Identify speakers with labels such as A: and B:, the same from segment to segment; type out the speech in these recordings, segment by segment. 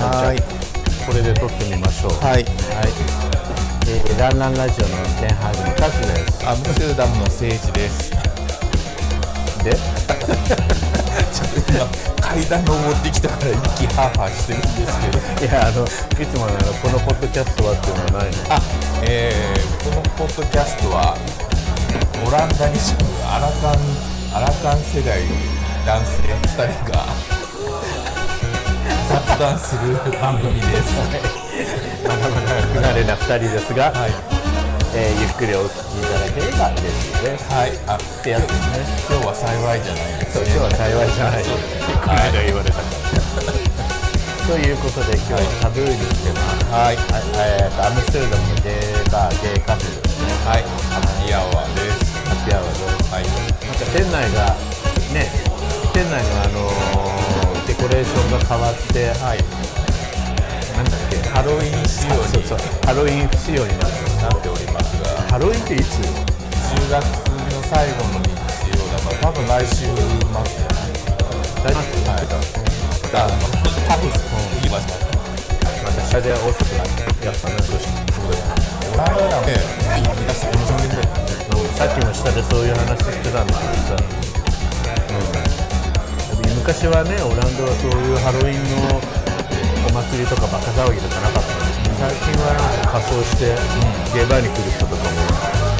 A: はい
B: これで撮ってみましょうはい、
A: はい
B: えー、ランランラジオの運転始めカズです
C: アムステルダムの聖地です
B: で
C: 今階段登ってきたから息ハーハーしてるんですけど
B: いやあのいつもならこのポッドキャストはっていうのはない の
C: あえー、このポッドキャストはオランダに住むアラカンアラカン世代男性2人 が雑談する番組です
B: 不慣れな2人ですが、
C: はい
B: えーゆっくりお聞きいただければ嬉しいです
C: はいあ
B: ってやつですね
C: 今日は幸いじゃないですね
B: 今日は幸いじゃない
C: そう
B: はい言われたということで今日はタブーにしてます、
C: はい
B: はいえーとアムステルダムのゲーバーゲーカフェですね
C: はいハッピーアワーです
B: ハッピーアワーで
C: はい
B: なんか店内がね店内のあのーデコレーションが変わって
C: はい
B: なんだっけ
C: ハロウィン仕様
B: そう
C: に
B: そうハロウィン仕様になる
C: なっておりますが
B: ハロウィンっていつ
C: 10月の最後の日曜だから多分来週末
B: 大丈夫
C: はいだ多分行きました
B: また下で遅くなってやったね少し
C: オランダね皆さんこの辺で
B: さっきも下でそういう話してたんですけどさ、うん、昔はねオランダはそういうハロウィンのお祭りとかバカ騒ぎとかなかったんですけど最近はなんか仮装して、ゲーバーに来る人とかも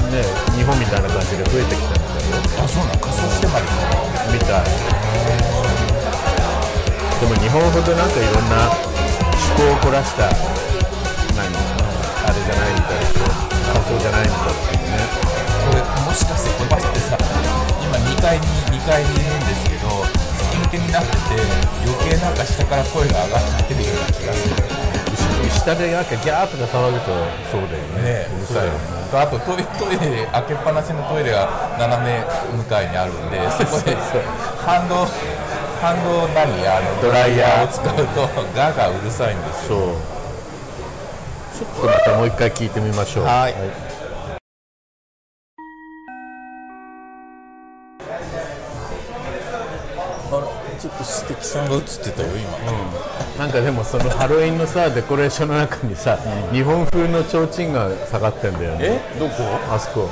B: ね日本みたいな感じで増えてきたみたいな
C: あそうなん仮装してまで
B: みたいでも日本ほどなんかいろんな趣向を凝らした何あれじゃないみたいな仮装じゃないみたいなね
C: これもしかしてこれってさ今2階に2階にいるんですけど突き抜けになってて余計なんか下から声が上がってきてるような気がする
B: 下でなんかギャーとか騒ぐとそうだよ
C: ね
B: ね
C: うるさいよねあとトイトイレ開けっぱなしのトイレが斜め向かいにあるんでそこで
B: そう
C: ハンドハンド何あの
B: ドライヤー
C: を使うとガーガーうるさいんですよ
B: そうちょっとまたもう一回聞いてみましょう
C: はいちょっと素敵さんが映ってたよ今、
B: なんかでもそのハロウィンのさデコレーションの中にさ、日本風の提灯が下がってんだよね
C: えどこ
B: あそこ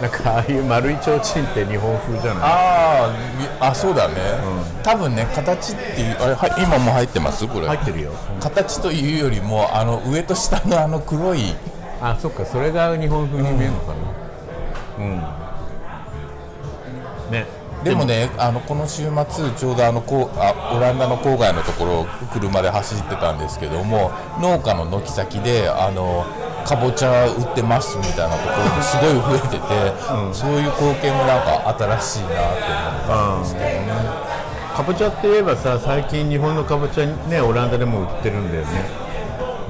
B: なんかああいう丸い提灯って日本風じゃない
C: あーみあそうだね、多分ね形っていうあれは今もう入ってますこれ、
B: 入ってるよ、
C: 形というよりもあの上と下のあの黒い
B: あそっかそれが日本風に見えるのかなうん、ね
C: でもね、あのこの週末、ちょうどあのこうあオランダの郊外のところを車で走ってたんですけども、農家の軒先で、あのかぼちゃ売ってますみたいなところがすごい増えてて、そういう光景もなんか新しいなって思ったんですけどね。
B: かぼちゃって言えばさ最近日本のかぼちゃねオランダでも売ってるんだよね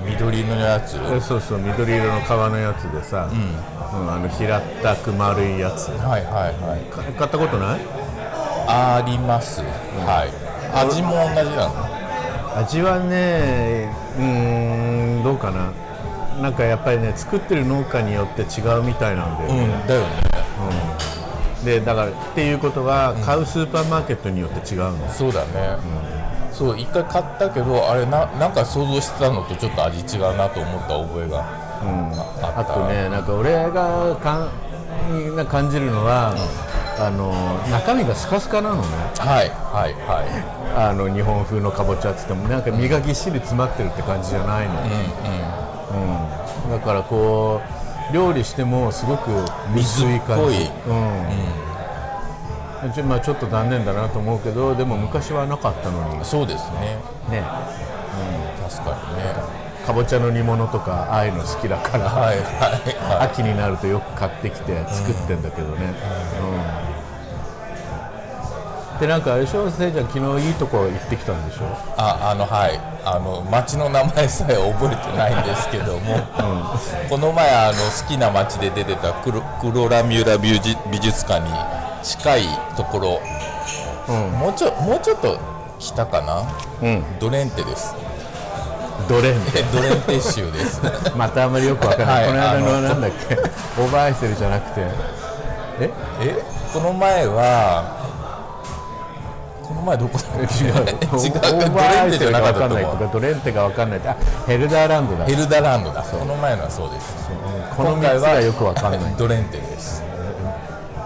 C: 緑のやつ、は
B: えそうそう緑色の皮のやつでさ、うんあの平たく丸いやつ
C: いはいはい、
B: か買ったことない
C: あります、はい、味も同じなの
B: 味はねうーんどうかななんかやっぱりね作ってる農家によって違うみたいなんだよね、
C: うん、だよね、
B: でだからっていうことは買うスーパーマーケットによって違うの、
C: そうだね、そう、一回買ったけど、あれな、なんか想像してたのとちょっと味違うなと思った覚えがああ
B: あ
C: った。
B: とねなんか俺がかんが感じるのは、あの中身がスカスカなのね
C: はいはいは
B: あの日本風のかぼちゃっつってもなんか身がぎっしり詰まってるって感じじゃないの、うんだからこう料理してもすごく薄い感じ
C: 水っ
B: うんちょまあ、ちょっと残念だなと思うけどでも昔はなかったのに
C: いそうですね
B: ね
C: 確かにね
B: かぼちゃの煮物とかああいうの好きだから、
C: はいはいはい
B: 秋になるとよく買ってきて作ってんだけどね、うんでなんかあれでしょせいちゃん昨日いいとこ行ってきたんでしょ
C: ああのはいあの町の名前さえ覚えてないんですけども、この前あの好きな町で出てた黒黒ラミューラ美術美術館に近いところ、もうちょもうちょっと北かな、ドレンテです
B: ドレーン
C: えドレンテ州です
B: またあんまりよくわからな
C: はい
B: い、この間
C: あ
B: の
C: の
B: なんだっけ オーバーアイセルじゃなくてえ
C: えこの前はこの前どこだっ け違う
B: オー
C: ド
B: バー
C: レ
B: ア
C: ンテ
B: イセ
C: じゃ
B: ル
C: な
B: が
C: かった
B: 分かん
C: と
B: ない
C: 思
B: と
C: う
B: かドレンテが分かんないってあヘルダーランドだ
C: ヘルダランドだこの前のはそうです
B: この3つがよく分かんない
C: ドレンテです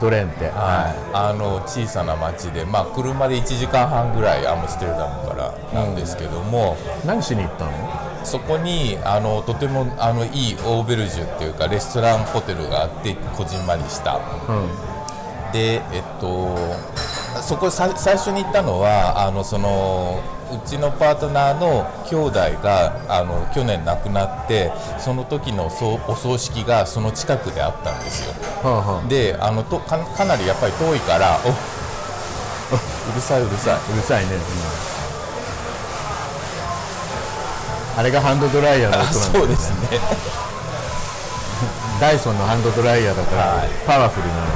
B: ドレンテ
C: はい、あの小さな町で、まあ、車で1時間半ぐらいアムステルダムからなんですけども、
B: 何しに行ったの
C: そこにあのとてもあのいいオーベルジュっていうかレストランホテルがあってこじんまりした、でえっとそこさ最初に行ったのはあのそのうちのパートナーの兄弟があの去年亡くなってその時のそうお葬式がその近くであったんですよ。
B: はあは
C: であのとかかなりやっぱり遠いからお うるさいうるさいう
B: るさいね、あれがハンドドライヤーの
C: あ
B: 音なんだ
C: そうですね
B: ダイソンのハンドドライヤーだから、
C: はい
B: パワフルなのよ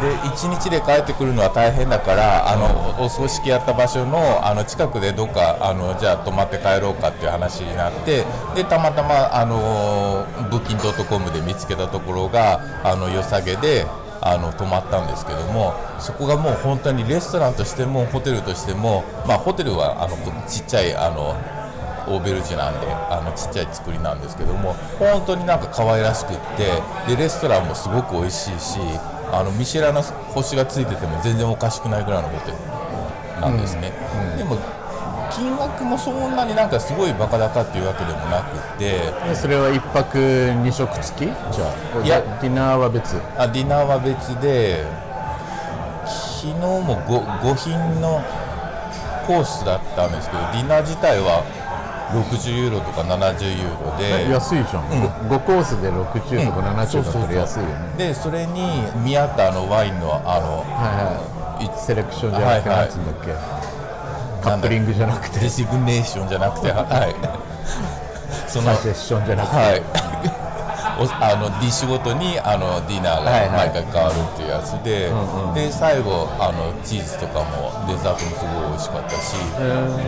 C: で1日で帰ってくるのは大変だからあのお葬式やった場所のあの近くでどっかあのじゃあ泊まって帰ろうかっていう話になってでたまたまあのブッキンドットコムで見つけたところがあの良さげで。あの泊まったんですけどもそこがもう本当にレストランとしてもホテルとしても、まあ、ホテルはあのこちっちゃいあのオーベルジュなんであのちっちゃい作りなんですけども本当になんか可愛らしくってでレストランもすごく美味しいしあの見知らぬ星がついてても全然おかしくないぐらいのホテルなんですね、でも金額もそんなになんかすごいバカ高っていうわけでもなくって
B: でそれは1泊2食付きじゃあ
C: いや
B: ディナーは別
C: あディナーは別で昨日も 5, 5品のコースだったんですけどディナー自体は60ユーロとか70ユーロで
B: 安いじゃん、5, コースで60とか70だったら安いよね、
C: でそれに見合ったあのワインのあの
B: はいはいセレクションじゃなくて、
C: はいはい
B: なんつうんだっけカップリングじゃなくて
C: デシグネーションじゃなくてはいその
B: サ
C: は
B: セッションじゃなくて、
C: い おあのディッシュごとにあのディナー
B: はい
C: が
B: はい
C: 毎回変わるっていうやつで、で最後あのチーズとかもデザートもすごい美味しかったし、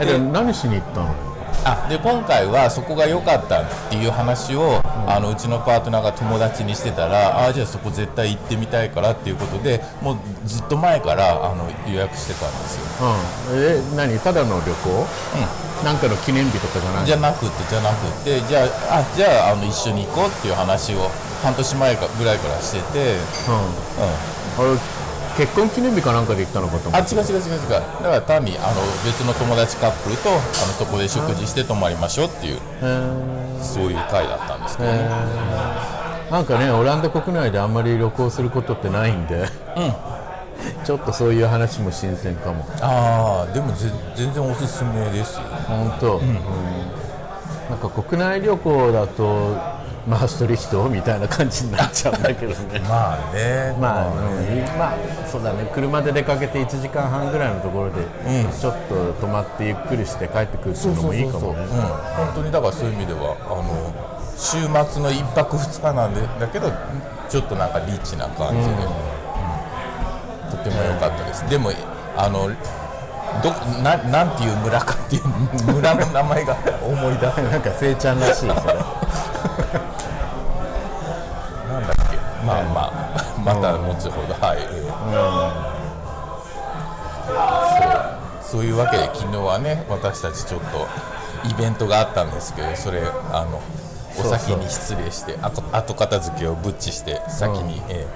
B: えでも何しに行ったの
C: あで今回はそこが良かったっていう話を、あのうちのパートナーが友達にしてたらあじゃあそこ絶対行ってみたいからっていうことでもうずっと前からあの予約してたんですよ
B: うんえ何ただの旅行、なんかの記念日とかじゃない
C: じゃなくてじゃなくてじゃああじゃああの一緒に行こうっていう話を半年前かぐらいからしてて、
B: う
C: うん、
B: ん、あれ結婚記念日かなんかで行ったのかと思
C: あ
B: っ
C: 違う違う違う違うだから単にあの別の友達カップルとあのそこで食事して泊まりましょうっていう
B: たへー
C: そういう会だったんですけどね、
B: なんかねオランダ国内であんまり旅行することってないんで、 ちょっとそういう話も新鮮かも
C: ああでもぜ全然おすすめですよ
B: 本当、うんなんか国内旅行だとまあストリートみたいな感じになっちゃうんだけどね
C: まあね
B: まあ、うんまあそうだね車で出かけて1時間半ぐらいのところで、ちょっと泊まってゆっくりして帰ってくるっていうのもいいかも
C: うん、
B: ね
C: 本当にだからそういう意味ではあの週末の一泊二日なんでだけどちょっとなんかリッチな感じで、うんとても良かったです、でもあのどななんていう村かっていう村の名前が思い出せない
B: なんかせいちゃんらしいそれ
C: なんだっけまあまあまた後ほどはい、そうそういうわけで昨日はね私たちちょっとイベントがあったんですけどそれあのお
B: そう
C: 先に失礼してあこ後片付けをぶっちして先に、え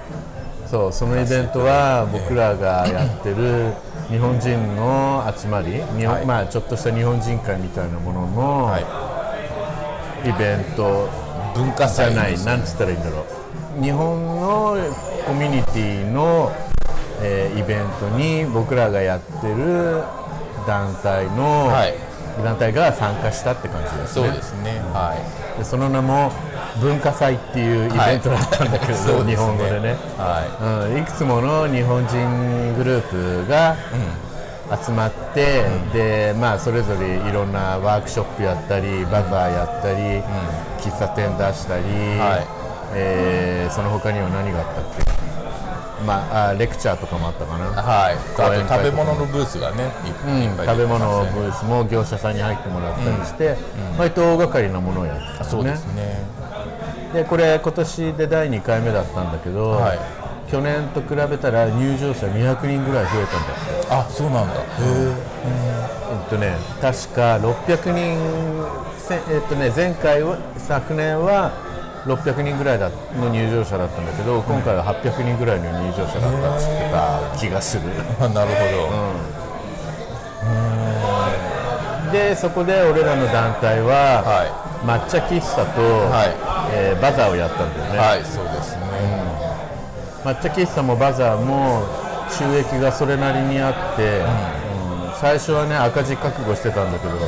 B: そうそのイベントは僕らがやってる日本人の集まり、日本
C: はい
B: まあちょっとした日本人会みたいなものの、
C: えはい、
B: イベント
C: 文化
B: じゃ
C: 祭
B: ない、
C: です
B: なんつったらいいんだろう日本のコミュニティの、えーイベントに僕らがやってる団体の、
C: はい
B: 団体が参加したって感じです
C: そう
B: ね
C: ですねはい
B: でその名も文化祭っていうイベントだったんだけ
C: そうです
B: ど、
C: ね
B: 日本語でね、
C: は
B: うん、いくつもの日本人グループが集まって、でまあ、それぞれいろんなワークショップやったりバザーやったり、喫茶店出したり、
C: はい
B: えーその他には何があったっけ、まあ、あレクチャーとかもあったかな、
C: はい
B: 講演会と
C: あ
B: か
C: と食べ物のブースがねいっいっぱい
B: 食
C: 出
B: べ
C: てま
B: 物
C: す
B: ブ
C: ね
B: ースも業者さんに入ってもらったりして、割と大掛かりなものをやってた
C: そう
B: の
C: ですね
B: でこれ今年で第2回目だったんだけど、
C: はい
B: 去年と比べたら入場者200人ぐらい増えたんだって
C: あそうなんだへ
B: えっとね、確か600人せ、えっとね、前回は昨年は600人ぐらいだの入場者だったんだけど、今回は800人ぐらいの入場者だったっつってた気がする。
C: えなるほど、
B: で、そこで俺らの団体は、
C: は
B: 抹茶喫茶と、
C: は
B: えーバザーをやったんだよね、
C: はいそうですね、
B: 抹茶喫茶もバザーも収益がそれなりにあって、うん最初はね赤字覚悟してたんだけど、
C: うん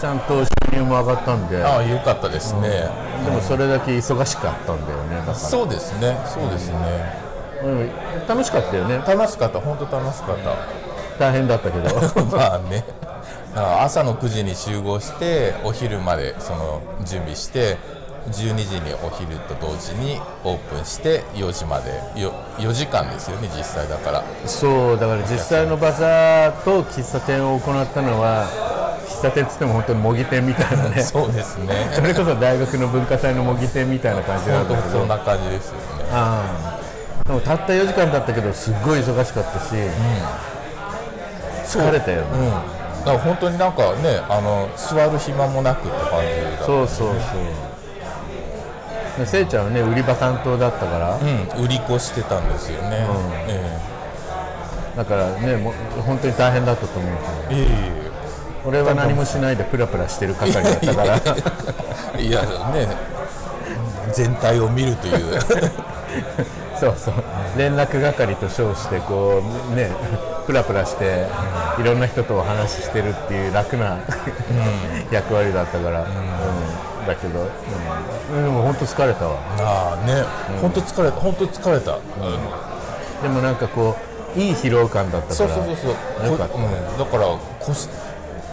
B: ちゃんと収入も上がったんで。
C: ああよかったですね、
B: でもそれだけ忙しかったんだよね、だか
C: そうですねそうですね、
B: ら、うん、楽しかったよね、
C: 楽しかった本当楽しかった、
B: 大変だったけど、
C: まあねあ朝の9時に集合してお昼までその準備して12時にお昼と同時にオープンして4時までよ4時間ですよね実際だから
B: そう、だから実際のバザーと喫茶店を行ったのは、喫茶店っつっても本当に模擬店みたいなね、そ
C: そうですね
B: れこそ大学の文化祭の模擬店みたいな感じな
C: 本
B: んだけ
C: 当そ
B: ど
C: ん、な感じですよね
B: あーでもたった4時間だったけど、すっごい忙しかったし、疲れたよね、
C: だから本当になんかねあの座る暇もなくって感じだ
B: そうそうそう、せいちゃんはね、売り場担当だったから。
C: うん売り子してたんですよね、え
B: だからね、もう本当に大変だったと思うけ
C: えい
B: ど
C: えいえ
B: 俺は何もしないでプラプラしてる係だったから
C: いやね全体を見るという
B: そうそう連絡係と称してこうねプラプラしていろんな人とお話ししてるっていう楽な、役割だったから、うんだけど、うん、でも本当疲れたわ
C: ああね本当疲れた本当疲れた、
B: でもなんかこういい疲労感だったから
C: そうそうそうそう
B: よかった
C: こうん、だから腰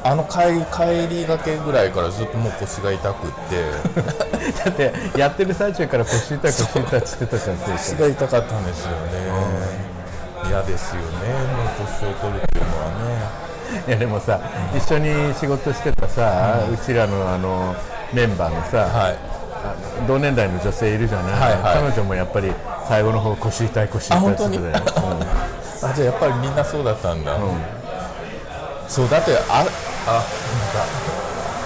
C: あの帰り帰りがけぐらいからずっともう腰が痛くって
B: だってやってる最中から腰痛い腰痛いって言ってたじゃん
C: 腰が痛かったんですよね嫌、ですよねもう腰を取るっていうのはね
B: いやでもさ、一緒に仕事してたさ、うちらのあのメンバーのさ、
C: はい
B: あの同年代の女性いるじゃない、
C: はいはい
B: 彼女もやっぱり最後の方腰痛い腰痛
C: あ
B: い
C: 本
B: って
C: 当
B: 言っ
C: に
B: てたよ、
C: あじゃあやっぱりみんなそうだったんだ、そうだってああなんか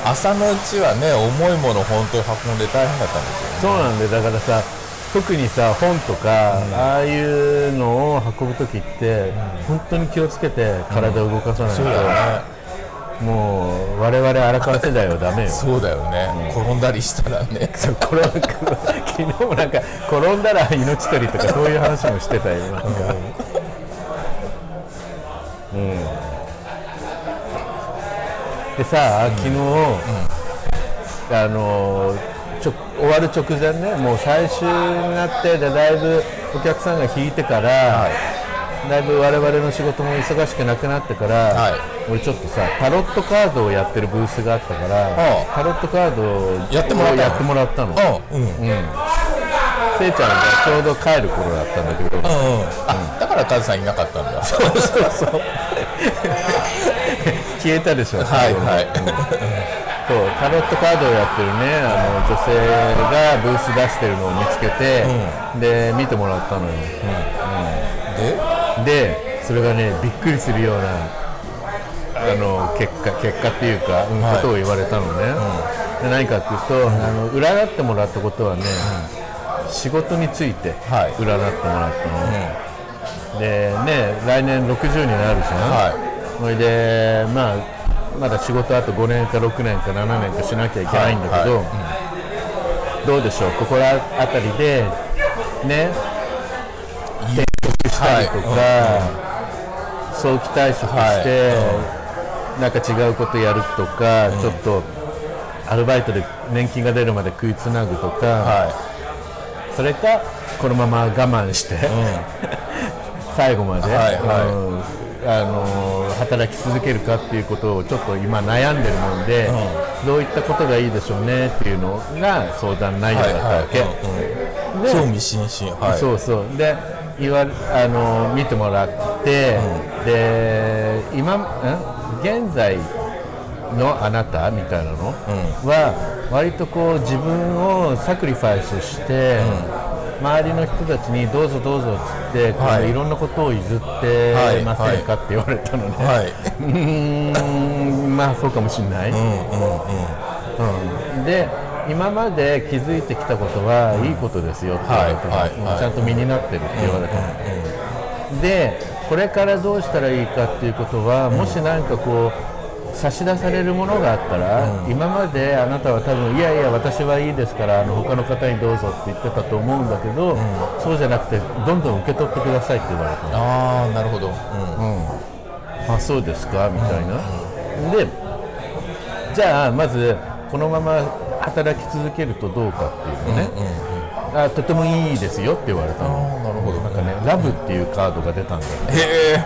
C: 朝のうちはね重いもの本当に運んで大変だったんですよ
B: そうなんでだからさ特にさ本とか、ああいうのを運ぶ時って、本当に気をつけて体を動かさないと、
C: ね
B: もう我々荒川世代はダメよ
C: そうだよね、転んだりしたら ね
B: そうこれは昨日もなんか転んだら命取りとかそういう話もしてたよなんか。でさ、昨日、あのちょ終わる直前ね、もう最終になってで、だいぶお客さんが引いてから、だいぶ我々の仕事も忙しくなくなってから、
C: はい
B: 俺ちょっとさ、タロットカードをやってるブースがあったから、
C: ああ
B: タロットカードを
C: やってもらったの
B: やってもらったの。
C: うんうんうん、うん、
B: せいちゃんがちょうど帰る頃だったんだけど、
C: あだからカズさんいなかったんだ
B: 消えたでしょ、
C: はいはい、
B: そうタロットカードをやってるねあの女性がブース出してるのを見つけて、で見てもらったのよ、
C: で
B: でそれがねびっくりするようなあの結果結果っていうか、うん
C: はい
B: ことを言われたのね、で何かっていうと、あの占ってもらったことはね、仕事について占
C: はい
B: ってもらったの、でね来年60になるじゃん、
C: は
B: それでまあまだ仕事あと5年か6年か7年かしなきゃいけないんだけど、
C: はい
B: どうでしょうここらあたりでね
C: い
B: 転職したりとか、早期退職して、なんか違うことやるとか、ちょっとアルバイトで年金が出るまで食いつなぐとか、
C: は
B: それかこのまま我慢して、最後まで、
C: はいはい
B: うんあのー働き続けるかっていうことをちょっと今悩んでるもんで、どういったことがいいでしょうねっていうのが相談内
C: い
B: 容
C: はい
B: だったわけ、
C: はい、うんうん、
B: で
C: 興味津々はい
B: そうそうで言わあのー見てもらって、で今ん現在のあなたみたいなの、は割とこう自分をサクリファイスして、周りの人たちにどうぞどうぞっつって、こう
C: はい
B: い、ろんなことを譲ってませんかって言われたのね、
C: はい。
B: うーんまあそうかもしれない、うんで今まで気づいてきたことはいいことですよって言われて、
C: はいはいはい
B: ちゃんと身になってるって言われたの、でこれからどうしたらいいかっていうことは、もし何かこう差し出されるものがあったら、今まであなたは多分いやいや私はいいですからあの他の方にどうぞって言ってたと思うんだけど、そうじゃなくてどんどん受け取ってくださいって言われたの
C: ああ、なるほど。うん。
B: あそうですかみたいな、でじゃあまずこのまま働き続けるとどうかっていうのね、あとてもいいですよって言われたの、
C: ああ、なるほど。
B: なんかね、ラブっていうカードが出たんだよね
C: へえ。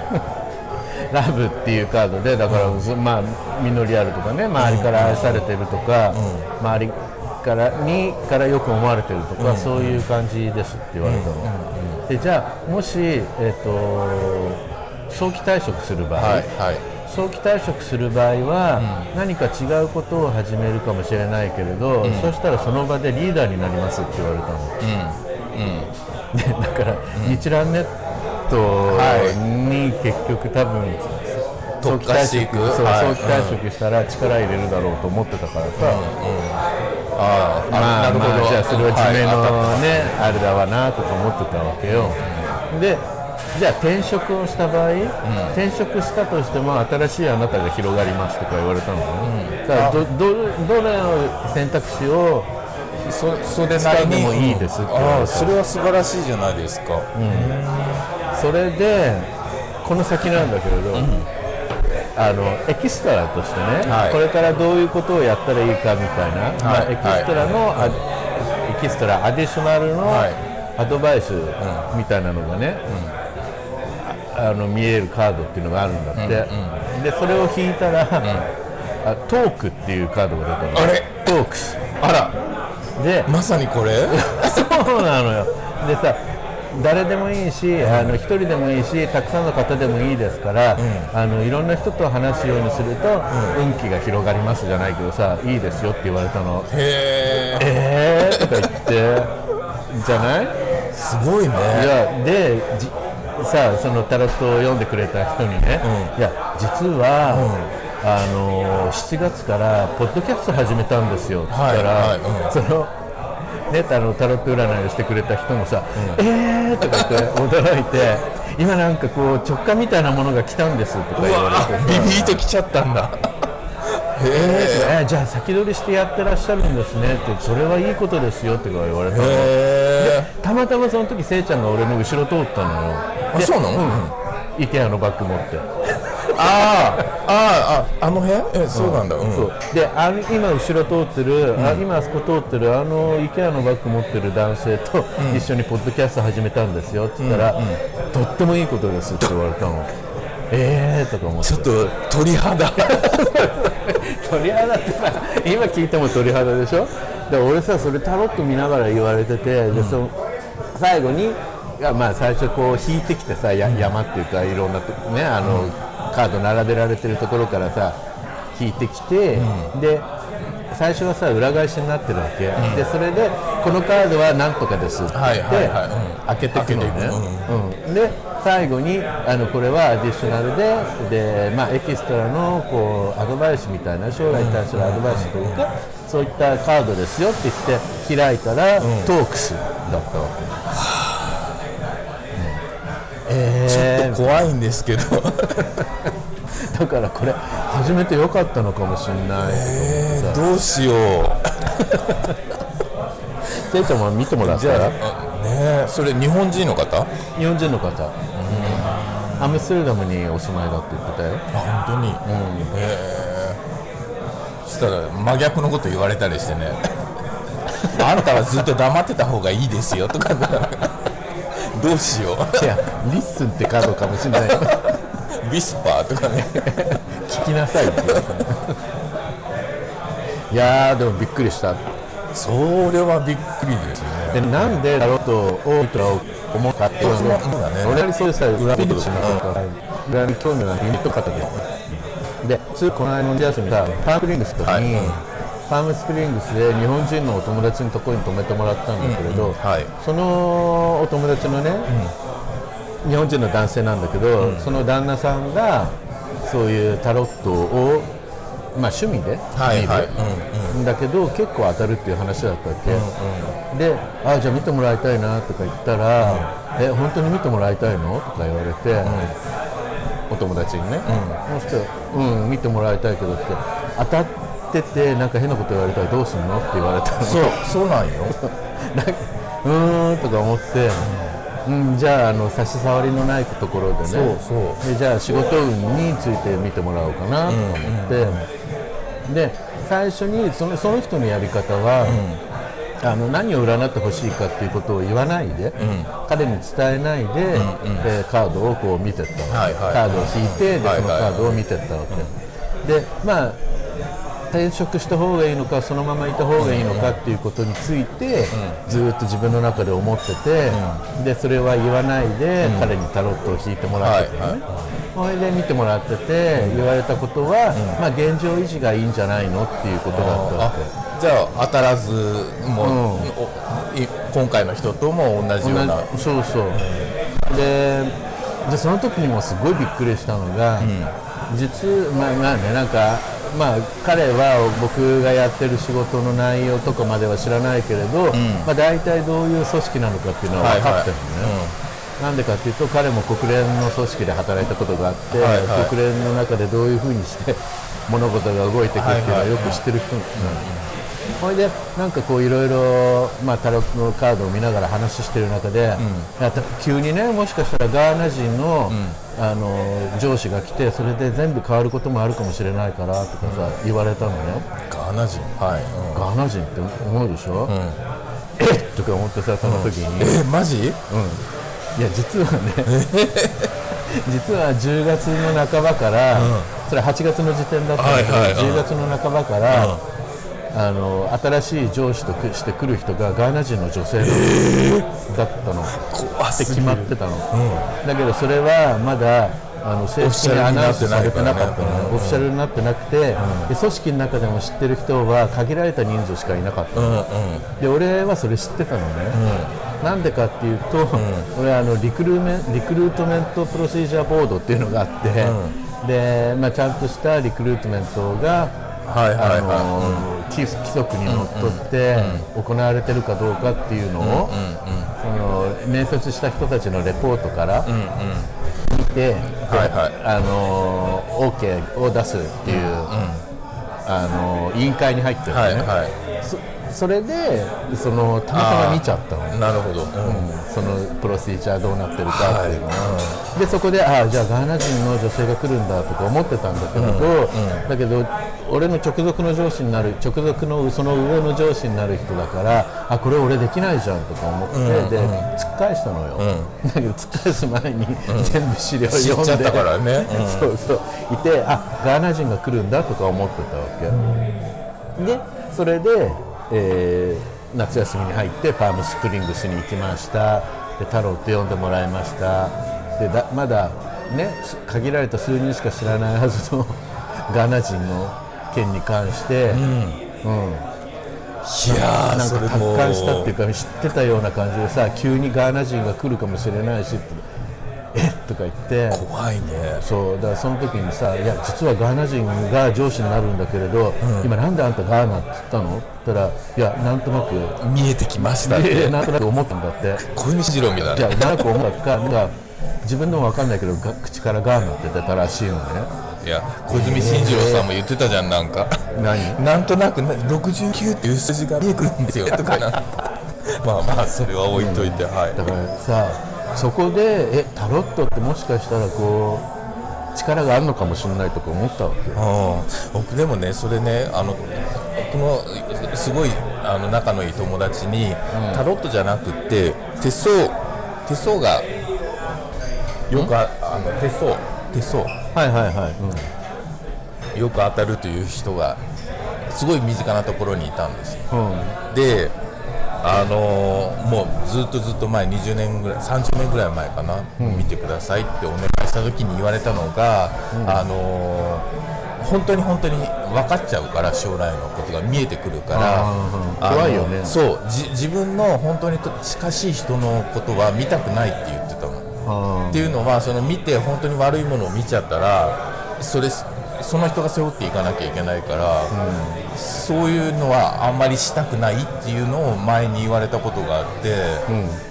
B: ラブっていうカードでだから、そまあ実りあるとかね周りから愛されてるとか、周りからにからよく思われてるとか、そういう感じですって言われたの、でじゃあもし、えっと早期退職する場合、
C: はい、はい。
B: 早期退職する場合は、何か違うことを始めるかもしれないけれど、そしたらその場でリーダーになりますって言われたの、 でだから、日蘭ネットに結局多分、早
C: 特
B: 期
C: 化してい
B: 退
C: く
B: 職そう
C: はい
B: 早期退職したら力入れるだろうと思ってたからさ、
C: あー
B: まあ、まあじゃあそれは自明
C: はいあ
B: のね、あれだわなとか思ってたわけよ、でじゃあ転職をした場合、転職したとしても新しいあなたが広がりますとか言われたのね、だからどどどれの選択肢を
C: そそれなりに
B: 使うのもいいですって言われた
C: ああそれは素晴らしいじゃないですか、
B: それでこの先なんだけれど、あのエキストラとしてね、
C: はい
B: これからどういうことをやったらいいかみたいな、まあ
C: はい
B: エキストラの、あエキストラアディショナルの
C: はい
B: アドバイスみたいなのがね、ああの見えるカードっていうのがあるんだって、でそれを引いたら、あトークっていうカードが出たの
C: あれ
B: トークス
C: あら
B: で
C: まさにこ れ
B: そうなのよでさ誰でもいいし、あの一人でもいいしたくさんの方でもいいですから、あのいろんな人と話すようにすると、運気が広がりますじゃないけどさいいですよって言われたの
C: へえ
B: えーとか言ってじゃない
C: すごいね
B: いやでじさあそのタロットを読んでくれた人にね、いや実は、あの7月からポッドキャスト始めたんですよって言ったら、
C: はいはいうん
B: その。ね、あのタロット占いをしてくれた人もさ「えー!」とか言って驚いて「今なんかこう直感みたいなものが来たんです」とか言われてさ
C: ビビッときちゃったんだへ
B: えーじゃあ先取りしてやってらっしゃるんですね」って「それはいいことですよ」とか言われたの
C: えへ
B: たまたまその時せいちゃんが俺の後ろ通ったのよ
C: えそうなの、あ
B: IKEA のバッグ持って、
C: ああああの辺えそうなんだうん、
B: そうであの今後ろ通ってる、あ今あそこ通ってるあの IKEA のバッグ持ってる男性と一緒にポッドキャスト始めたんですよって言ったら、とってもいいことですって言われたのえーとか思って
C: ちょっと鳥肌
B: 鳥肌ってさ今聞いても鳥肌でしょで俺さそれタロット見ながら言われてて、でその最後にいやまあ最初こう引いてきてさ、や山っていうかいろんなとねあの、カード並べられてるところからさ引いてきて、で最初はさ裏返しになってるわけ、でそれでこのカードはなんとかですって言って、
C: はいはいはいうん
B: 開けていくの
C: 開けて
B: ね
C: いく
B: うんで最後にあのこれはアディショナルでで、まあ、エキストラのこうアドバイスみたいな将来に対するアドバイスというか、そういったカードですよって言って開いたら、トークスだったわけ、うん
C: ちょ
B: え
C: っと怖いんです けど
B: ーだからこれ初めて良かったのかもしれない
C: えーどうしよう
B: せいちゃんも見てもらったら
C: あねえそれ日本人の方
B: 日本人の方、アムステルダムにお住まいだって言ってたよ
C: あ本当に、へえそしたら真逆のこと言われたりしてねあんたはずっと黙ってた方がいいですよとかどうしよ
B: いやリッスンってカードかもしれないよ
C: うビスパーとかね
B: 聞きなさいって言われたいやーでもびっくりした
C: それはびっくりですね
B: でなんでタロットをいいとは思うかっていうの
C: そうそうだね
B: 俺にそうさ裏ピッチのとか裏に興味がないとかででついこの間の夏休みさパンクリングスとかに、
C: はい
B: パームスプリングスで日本人のお友達のところに泊めてもらったんだけれ
C: う
B: ど、
C: んうんはい
B: そのお友達のね、日本人の男性なんだけど、その旦那さんがそういうタロットを、まあ、趣味で、
C: はいはい
B: 見るだけど結構当たるっていう話だったわけ、で「あじゃあ見てもらいたいな」とか言ったら「え本当に見てもらいたいの?」とか言われて、お友達にね、うそしたら「うん見てもらいたいけど」って当たっててなんか変なこと言われたらどうすんのって言われたの
C: そうそうなんよ
B: なんかうーんとか思って、うんじゃああの差し障りのないところでね
C: そうそう
B: でじゃあ仕事運について見てもらおうかなと思って、で最初にそのその人のやり方は、あの何を占ってほしいかっていうことを言わないで、彼に伝えないで、えーカードをこう見てったの、
C: はいはい
B: カードを引いて、で
C: はいはい
B: そのカードを見てったわけ、でまあ転職した方がいいのかそのままいた方がいいのかっていうことについて、ずーっと自分の中で思ってて、でそれは言わないで、彼にタロットを引いてもらっててね、
C: はい
B: それで見てもらってて、言われたことは、まあ、現状維持がいいんじゃないのっていうことだったわけ。
C: あじゃあ当たらずもう、
B: うん
C: おい今回の人とも同じような
B: 同じそうそうででその時にもすごいびっくりしたのが、実まあまあねなんかまあ彼は僕がやってる仕事の内容とかまでは知らないけれど、まあ大体どういう組織なのかっていうのは分かってるのね、なんでかっていうと彼も国連の組織で働いたことがあって、
C: はいはい
B: 国連の中でどういうふうにして 物事が動いていくっていうのはよく知ってる人なんですよほいでなんかこういろいろまあタロットのカードを見ながら話してる中で、いやた急にねもしかしたらガーナ人の、あの上司が来てそれで全部変わることもあるかもしれないからとかさ、言われたのね
C: ガーナ人はい、うん
B: ガーナ人って思うでしょ、えっとか思ってさその時に、
C: えマジ、
B: いや実は ね実は10月の半ばから、それ8月の時点だったんですけど、
C: はいはいうん
B: 10月の半ばから、あの新しい上司とくしてくる人がガーナ人の女性だったの、
C: 怖
B: っ
C: す
B: て
C: ぎ
B: 決
C: る
B: まってたの、だけどそれはまだあの正式にアナウンスされてなかったのオフィシャルになってなくて、で組織の中でも知ってる人は限られた人数しかいなかったの、で俺はそれ知ってたのね、なんでかっていうと、俺あのリクルーメンリクルートメントプロシージャーボードっていうのがあって、でまあ、ちゃんとしたリクルートメントが
C: はいはいはい、
B: あのー規規則にのっとって行われてるかどうかっていうのを、その面接した人たちのレポートから見て、
C: はいはい
B: あのー OK を出すっていう、あのー委員会に入ってるのね、
C: はいはい
B: そそれでそのたまたま見ちゃったの
C: なるほど、うん
B: そのプロシーチャーどうなってるかっていうのを、でそこでああじゃあガーナ人の女性が来るんだとか思ってたんだけれど、だけど俺の直属の上司になる直属のその上の上司になる人だからあこれ俺できないじゃんとか思って、で突っ返したのよ、だけど突っ返す前に全部資料
C: 知
B: 読ん
C: っち
B: で、
C: ゃったからね、
B: そうそういてあガーナ人が来るんだとか思ってたわけ、でそれで、えー夏休みに入ってパームスプリングスに行きましたで太郎って呼んでもらいましたでだまだねす限られた数人しか知らないはずの ガーナ人の件に関して、
C: いやー
B: なん
C: そ
B: か
C: れ
B: 達
C: も
B: 観したっていうか知ってたような感じでさ急にガーナ人が来るかもしれないしってえっとか言って
C: 怖いね
B: そうだからその時にさ「いや実はガーナ人が上司になるんだけれど、今なんであんたガーナって言ったの?」って言ったら「いやなんとなく」
C: 見えてきましたっ
B: いや
C: て
B: なんとなく思ったんだって
C: 小西次郎みたい
B: じゃ
C: な
B: あなんとなく思ったかなんか自分でも分かんないけどが口からガーナって出たらしいのね
C: いや小泉進次郎さんも言ってたじゃんなんか
B: 何
C: なんとなくな69っていう数字が見えてくるんです よとかなんか まあまあそれは置いといて、はい
B: だからさそこでえタロットってもしかしたらこう力があるのかもしれないとか思ったわけよ
C: うん、僕でもねそれねあのこのすごいあの仲のいい友達に、タロットじゃなくって手相手相がよくああの手相手相
B: はいはいはい、
C: よく当たるという人がすごい身近なところにいたんですよ
B: うんうん、
C: であのーもうずっとずっと前20年ぐらい30年ぐらい前かな、見てくださいってお願いした時に言われたのが、あのー本当に本当に分かっちゃうから将来のことが見えてくるから
B: あー
C: あの
B: 怖いよね
C: そうじ自分の本当にと近しい人のことは見たくないって言ってたの
B: あ
C: っていうのはその見て本当に悪いものを見ちゃったらそれその人が背負っていかなきゃいけないから、そういうのはあんまりしたくないっていうのを前に言われたことがあって、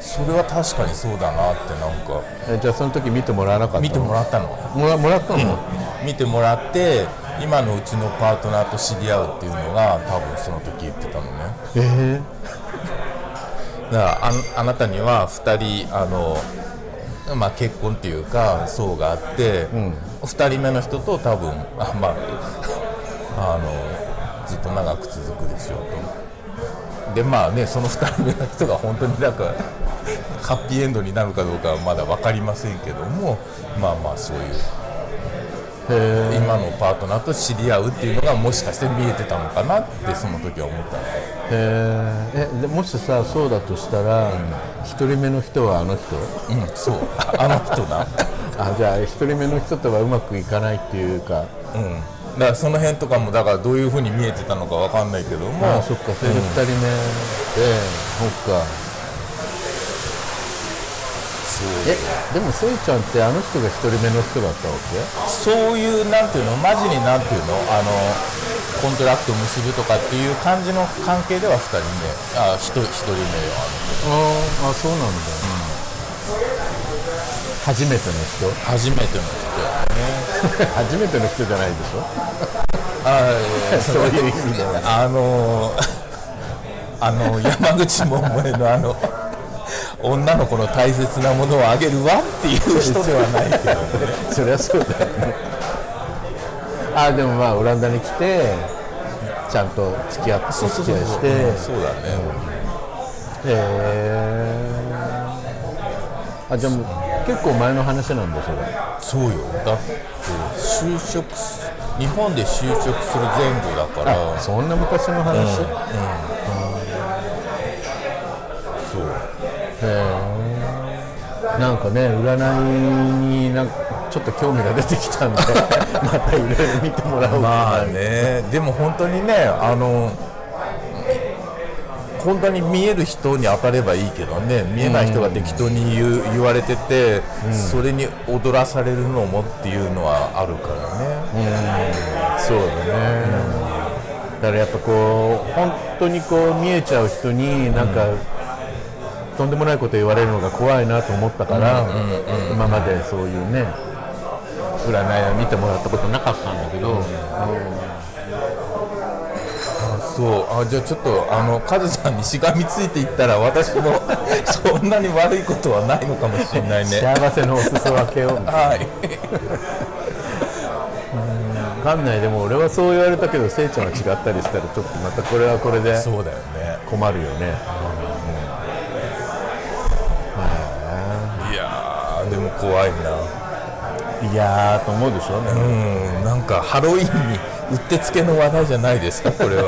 C: それは確かにそうだなってなんか
B: えじゃあその時見てもらわなかったの
C: 見てもらったの。
B: もらもらったの、
C: 見てもらって今のうちのパートナーと知り合うっていうのが多分その時言ってたのね
B: え
C: だからあのあなたには2人あの、まあ、結婚っていうか層があって、2人目の人と多分あ まああのずっと長く続くでしょうとでまあねその2人目の人が本当になんか ハッピーエンドになるかどうかはまだ分かりませんけどもまあまあそういう
B: へえ
C: 今のパートナーと知り合うっていうのがもしかして見えてたのかなってその時は思ったの
B: ええでもしさそうだとしたら一、人目の人はあの人
C: うんそうあの人な
B: あじゃあ一人目の人とはうまくいかないっていうか
C: うんだからその辺とかもだからどういうふうに見えてたのかわかんないけども
B: あそっかそれで二人目で、そっか
C: そう
B: えでもせいちゃんってあの人が一人目の人だったわ
C: そういうなんていうのマジになんていうのあのコントラクト結ぶとかっていう感じの関係では2人目あ 1, 一人目よ
B: けああそうなんだ、初めての人
C: あの初めての人
B: 初めての人じゃないでしょ
C: あいやいや
B: そういう意味では
C: あの あの山口百恵のあの女の子の大切なものをあげるわっていう人ではないけどね
B: そりゃそうだよねあでもまあオランダに来てちゃんと付き合ってお付き合いして
C: うんそうだね、
B: へえあじゃあもう結構前の話なんだそれ
C: そうよだって就職す日本で就職する前後だから
B: そんな昔の話、
C: そう
B: なんかね占いになんかちょっと興味が出てきたんで またいろいろ見てもらおう
C: ま
B: か
C: あねでも本当にねあの本当に見える人に当たればいいけどね見えない人が適当に言う言われてて、それに踊らされるのもっていうのはあるからね、
B: な、そうだね、だからやっぱこう本当にこう見えちゃう人になんか、とんでもないこと言われるのが怖いなと思ったから、今までそういうね占いを見てもらったことなかったんだけど、
C: あそうあじゃあちょっとあのカズさんにしがみついていったら私 もそんなに悪いことはないのかもしれないね
B: 幸せのお裾分けを
C: はい
B: 分かんないでも俺はそう言われたけどせいちゃんは違ったりしたらちょっとまたこれはこれで
C: そうだよね
B: 困るよね
C: いやーでも怖いない
B: やーと思うでしょ、
C: うんなんかハロウィンにうってつけの話題じゃないです かこれは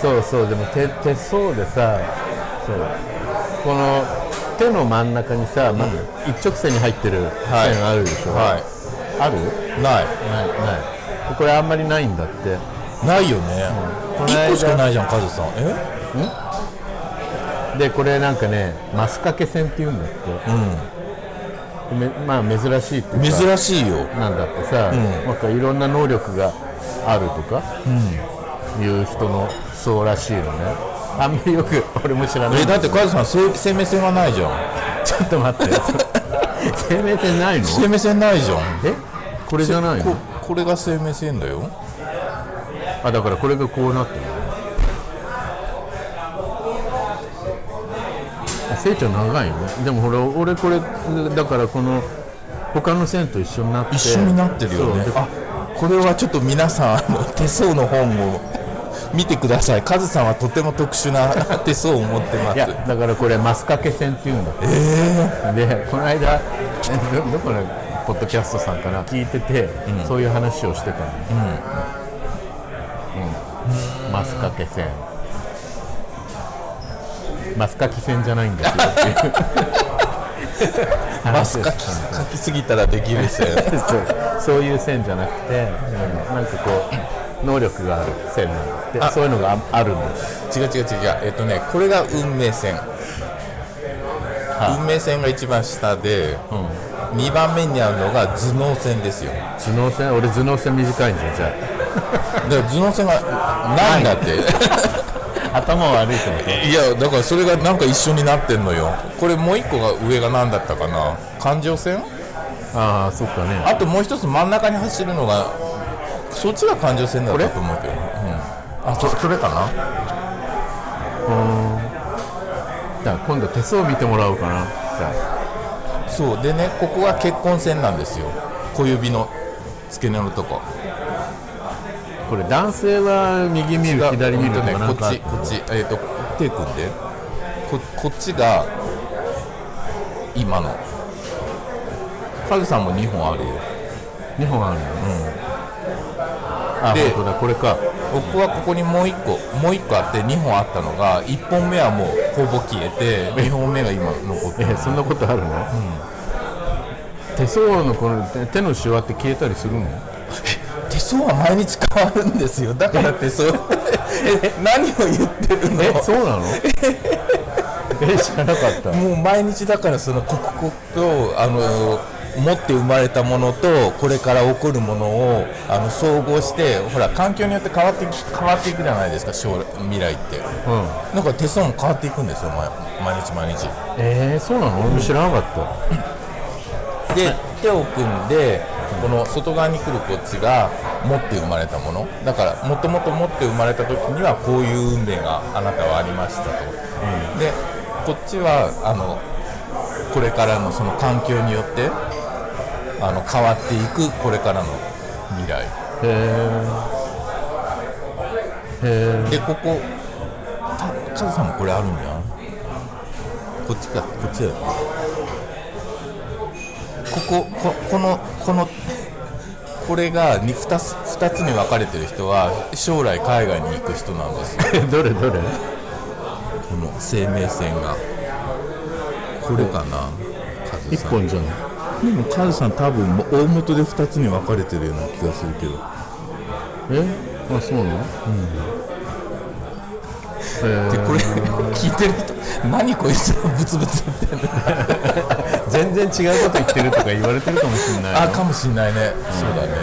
B: そうそうでも手手相でさそうこの手の真ん中にさ、ま一直線に入ってる
C: はい
B: 線あるでしょ、
C: は
B: ある
C: いない
B: ないないこれあんまりないんだって
C: ないよね、
B: この間
C: 1個しかないじゃんカズさんえ
B: でこれなんかねマス掛け線っていうんだって、めまあ珍しいっていうか
C: 珍しいよ
B: なんだってさ、なんかいろんな能力があるとか、いう人のそうらしいのねあんまりよく俺も知らない
C: えだってカズさん生生命線がないじゃん
B: ちょっと待って生命線ないの
C: 生命線ないじゃん
B: えこれじゃない
C: こ
B: の
C: これが生命線だよ
B: あだからこれがこうなってるのあ成長長いよねでもほら俺これだからこの他の線と一緒になって
C: 一緒になってるよね
B: そうで
C: あこれはちょっと皆さんあの手相の本を 見てくださいカズさんはとても特殊な手相を持ってま
B: い
C: す
B: やだからこれマス掛け線っていうんだってでこの間 えどどこのポッドキャストさんかな聞いてて、そういう話をしてたの、うんマス掛け線 マス掛け線じゃないんですよっていう
C: マス かきかきすぎたらできるですよね
B: そうそういう線じゃなくて、なんかこう能力がある線なんでそういうのがああるんです
C: 違う違う違うえっとねこれが運命線、運命線が一番下で、2番目にあるのが頭脳線ですよ
B: 頭脳線俺頭脳線短いんじゃんじゃ
C: だから頭脳線がないんだって、
B: あ頭悪いと思って
C: いやだからそれがなんか一緒になってんのよこれもう一個が上が何だったかな感情線
B: ああそっかね
C: あともう一つ真ん中に走るのがそっちが感情線だったと思うけど、うん、あそそれかな
B: じゃあ今度手相見てもらおうかなじゃ
C: そうでねここが結婚線なんですよ小指の付け根のとこ
B: あこれ男性は右見る
C: が
B: 左見ると
C: ほんとね
B: かな
C: こ
B: ん
C: っ
B: か
C: ちこっちえっ、と手組んでここっちが今のカズさんも2本あるよ
B: 2本あるのあ
C: で
B: 本当だこれか
C: 僕はここにもう1個もう1個あって2本あったのが1本目はもうほぼ消えて2本目が今残って
B: え
C: る
B: ーそんなことあるの、手相のこの手手のシワって消えたりするの
C: 手相は毎日変わるんですよだから手相 え何を言ってるの
B: えそう なのえ知らなかった
C: もう毎日だからその刻々とあの持って生まれたものとこれから起こるものをあの総合してほら環境によって変わっていく変わっていくじゃないですか将来未来って
B: うん
C: なんか手相も変わっていくんですよ毎毎日毎日
B: えー、そうなの俺も知らなかっ
C: で手を組んでこの外側に来るこっちが持って生まれたものだからもともと持って生まれた時にはこういう運命があなたはありましたと、でこっちはあのこれからのその環境によってあの変わっていくこれからの未来
B: たへえへえ
C: でここたカズさんもこれあるんじゃんこっちかこっちだよここここのこのこれが 2, つ2つに分かれてる人は将来海外に行く人なん ですよ
B: どれど
C: こ
B: れ
C: の生命線がこれかなカズ
B: 一
C: さん
B: 本じゃん
C: でもカズさん多分も大元で2つに分かれてるような気がするけど
B: えあそうなのうん、え
C: で
B: ー
C: これ聞いてる人何こいつブツブツ言ってんの
B: 全然違うこと言ってるとか言われてるかもしれないよ
C: あかもしんないね、そうだね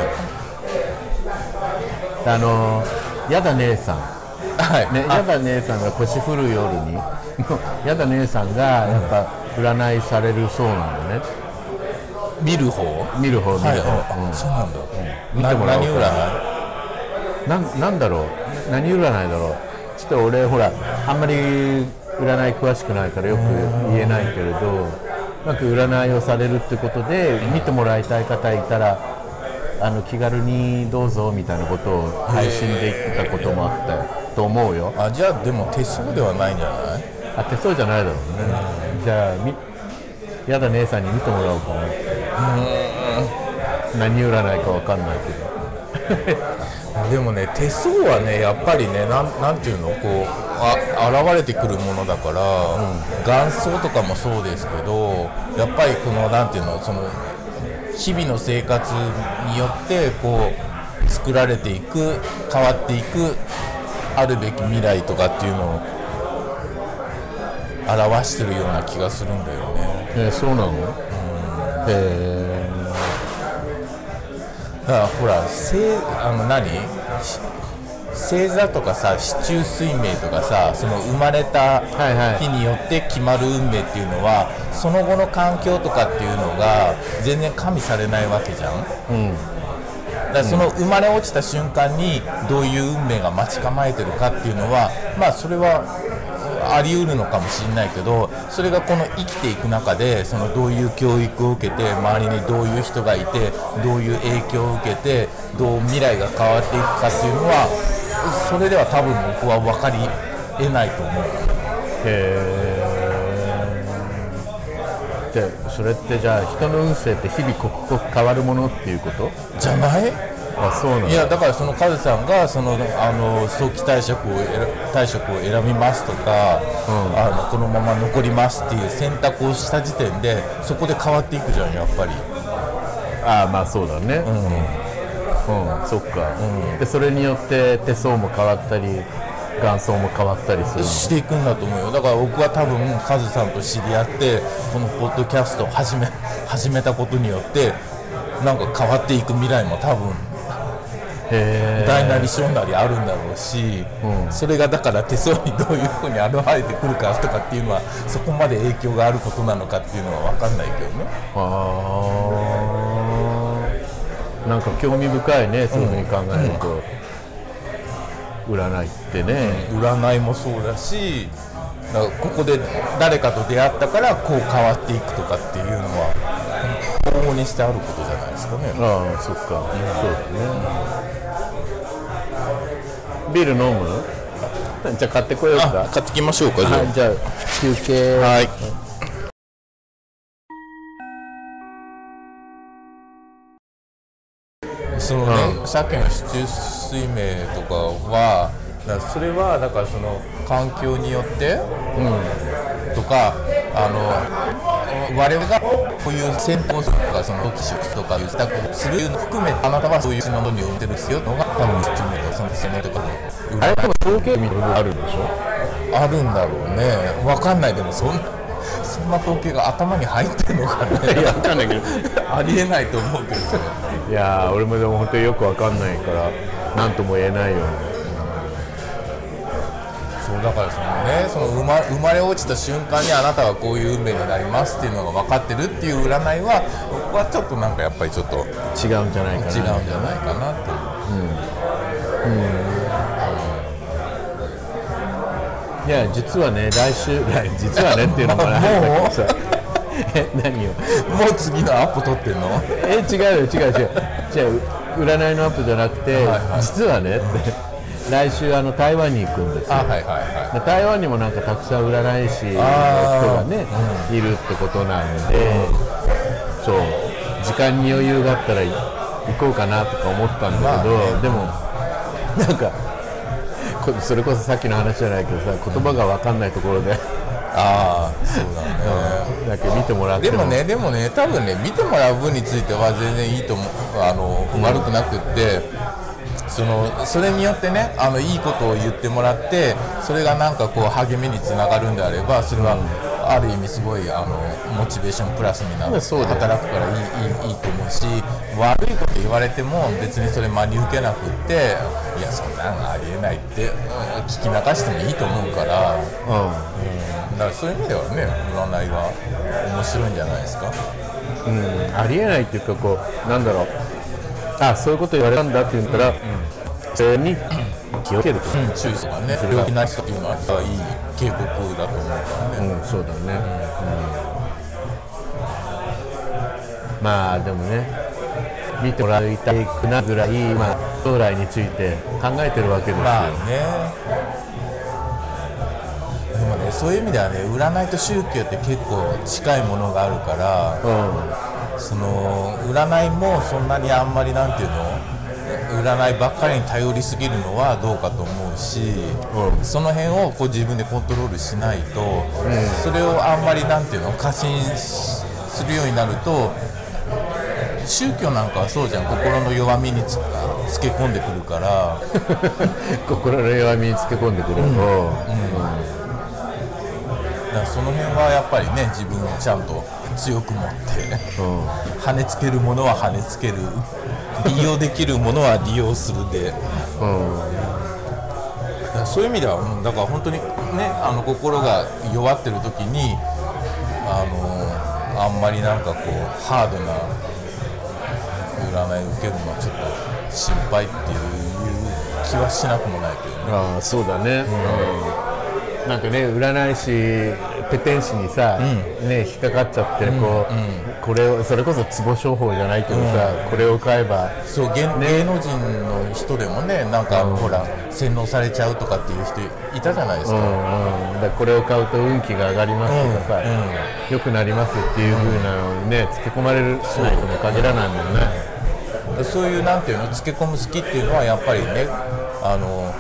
B: あのー、やだ姉さん
C: はい
B: ね、
C: あ
B: やだ姉さんが腰振る夜に やだ姉さんがやっぱ占いされるそうなんだね
C: 見る方
B: 見る方見
C: はい
B: る方、
C: あそうなんだ、
B: 見て
C: な
B: もらおう
C: 何
B: か
C: 占い
B: なんなんだろう何占いだろうちょっと俺ほらあんまり占い詳しくないからよく言えないけれどなんか占いをされるってことで見てもらいたい方いたらあの気軽にどうぞみたいなことを配信で言ってたこともあったと思うよ
C: あじゃあでも手相ではないんじゃない
B: あ手相じゃないだろうねじゃあみやだ姉さんに見てもらおうかな何占いかわかんないけど
C: あでもね手相はねやっぱりねなんなんていうのこうあ現れてくるものだから、元祖とかもそうですけどやっぱりこのなんていうのその日々の生活によってこう作られていく変わっていくあるべき未来とかっていうのを表してるような気がするんだよね。
B: えそうなのえ
C: だからほら星あの何し星座とかさ市中水命とかさその生まれた
B: いはい
C: 日によって決まる運命っていうのは、その後の環境とかっていうのが全然加味されないわけじゃんだか
B: うん
C: らその生まれ落ちた瞬間にどういう運命が待ち構えてるかっていうのはまあそれはあり得るのかもしれないけどそれがこの生きていく中でそのどういう教育を受けて周りにどういう人がいてどういう影響を受けてどう未来が変わっていくかっていうのはそれでは多分僕は分かり得ないと思う。
B: へえじゃあそれってじゃあ人の運勢って日々刻々変わるものっていうこと
C: じゃない
B: あそうなんだ
C: いやだからそのカズさんがそのあの早期退職を選退職を選びますとか、あのこのまま残りますっていう選択をした時点でそこで変わっていくじゃんやっぱり
B: ああまあそうだねうん、そっか、でそれによって手相も変わったり元相も変わったりするの
C: していくんだと思うよだから僕は多分カズさんと知り合ってこのポッドキャストを始め始めたことによってなんか変わっていく未来も多分
B: へ
C: 大なり小なりあるんだろうし、それがだから手相にどういうふうに現れてくるかとかっていうのはそこまで影響があることなのかっていうのは分かんないけどね
B: えあーなんか興味深いねそういうふうに考えると、占いってね、
C: 占いもそうだしだからここで誰かと出会ったからこう変わっていくとかっていうのは往々にしてあることじゃないですかね
B: ああそっか、そうだねビール飲むじゃあ買ってこよう
C: あ
B: か
C: 買ってきましょうかじゃあ
B: はいじゃあ休憩
C: はい。そのね、鮭の市中水明とかは、だからそれはだからその環境によって、とかあの我々がこういう選択をするとかその寄食とかいう選択をするのを含めてあなたはそういうものに生んでるっすよのが多分市中明とその洗脳とかの
B: あれでも統計見るあるんでしょ
C: あるんだろうねわかんないでもそんなそんな統計が頭に入ってんのかね
B: わかんないけど
C: ありえないと思うけどそれ
B: いやー俺もでも本当によくわかんないから何とも言えないよ
C: そうだからそのねその生ま生まれ落ちた瞬間にあなたはこういう運命になりますっていうのが分かってるっていう占いは僕はちょっとなんかやっぱりちょっと違うん
B: 違うんじゃないかな
C: じゃないかなっていう
B: いや実はね来週来実はねっていうのもあれなんだけどさえ 何を
C: もう次のアップ取ってんの
B: え違うよ違う違う違う占いのアップじゃなくて、
C: はいはい
B: 実はねって来週あの台湾に行くんですよ
C: あはいはいは
B: で台湾にもなんかたくさん占い師の人
C: あー
B: がね、いるってことなんで、そう時間に余裕があったらい行こうかなとか思ったんだけど、でもなんかこそれこそさっきの話じゃないけどさ言葉が分かんないところで
C: いああそうだね
B: だけ見てもらって
C: で
B: も
C: もね、でもね、多分ね、見てもらう分については全然いいと思う、あの、悪くなくって。そのそれによってねあのいいことを言ってもらってそれがなんかこう励みにつながるんであればそれはある意味すごいあのモチベーションプラスになる
B: そうだよ
C: 働くからいいいいいいと思うし悪いこと言われても別にそれ真に受けなくっていやそんなんありえないってうん聞き流してもいいと思うから。だからそういう意味ではね占いは面白いんじゃないですか
B: うん、ありえないっていうかこうなんだろうあそういうこと言われたんだって言ったら、それに気をつけると、
C: 注意とかね病気ない人っていうのは実はいい警告だと思うからね、
B: うん、そうだね、うんまあでもね見てもらいたくなるぐらい、まあ、将来について考えてるわけですよ、
C: まあねでもねそういう意味ではね占いと宗教って結構近いものがあるからその占いもそんなにあんまりなんていうの占いばっかりに頼りすぎるのはどうかと思うし、
B: うん
C: その辺をこう自分でコントロールしないと、それをあんまりなんていうの過信しするようになると宗教なんかはそうじゃん心の弱みにつつけ込んでくる から。
B: うん、心の弱みにつけ込んでくる、うん
C: だからその辺はやっぱりね自分をちゃんと強く持って
B: うん
C: 跳ねつけるものは跳ねつける利用できるものは利用するでだからそういう意味では、うんだから本当にねあの心が弱ってる時にあのあんまりなんかこうハードな占いを受けるのはちょっと心配っていう気はしなくもないけどね。
B: ああそうだね、うんなんかね占い師ペテン師にさ、ね引っかかっちゃってこう、これをそれこそツボ商法じゃないけどさ、これを買えば
C: そう芸芸能人の人でもねなんか、ほら洗脳されちゃうとかっていう人いたじゃないです
B: う
C: か、
B: んうん、だからこれを買うと運気が上がりますとかさ、
C: うんうん
B: 良くなりますっていう風なのにね、つけ込まれるとも限らないもんね、
C: だでそういうなんていうの漬け込む好きっていうのはやっぱりねあの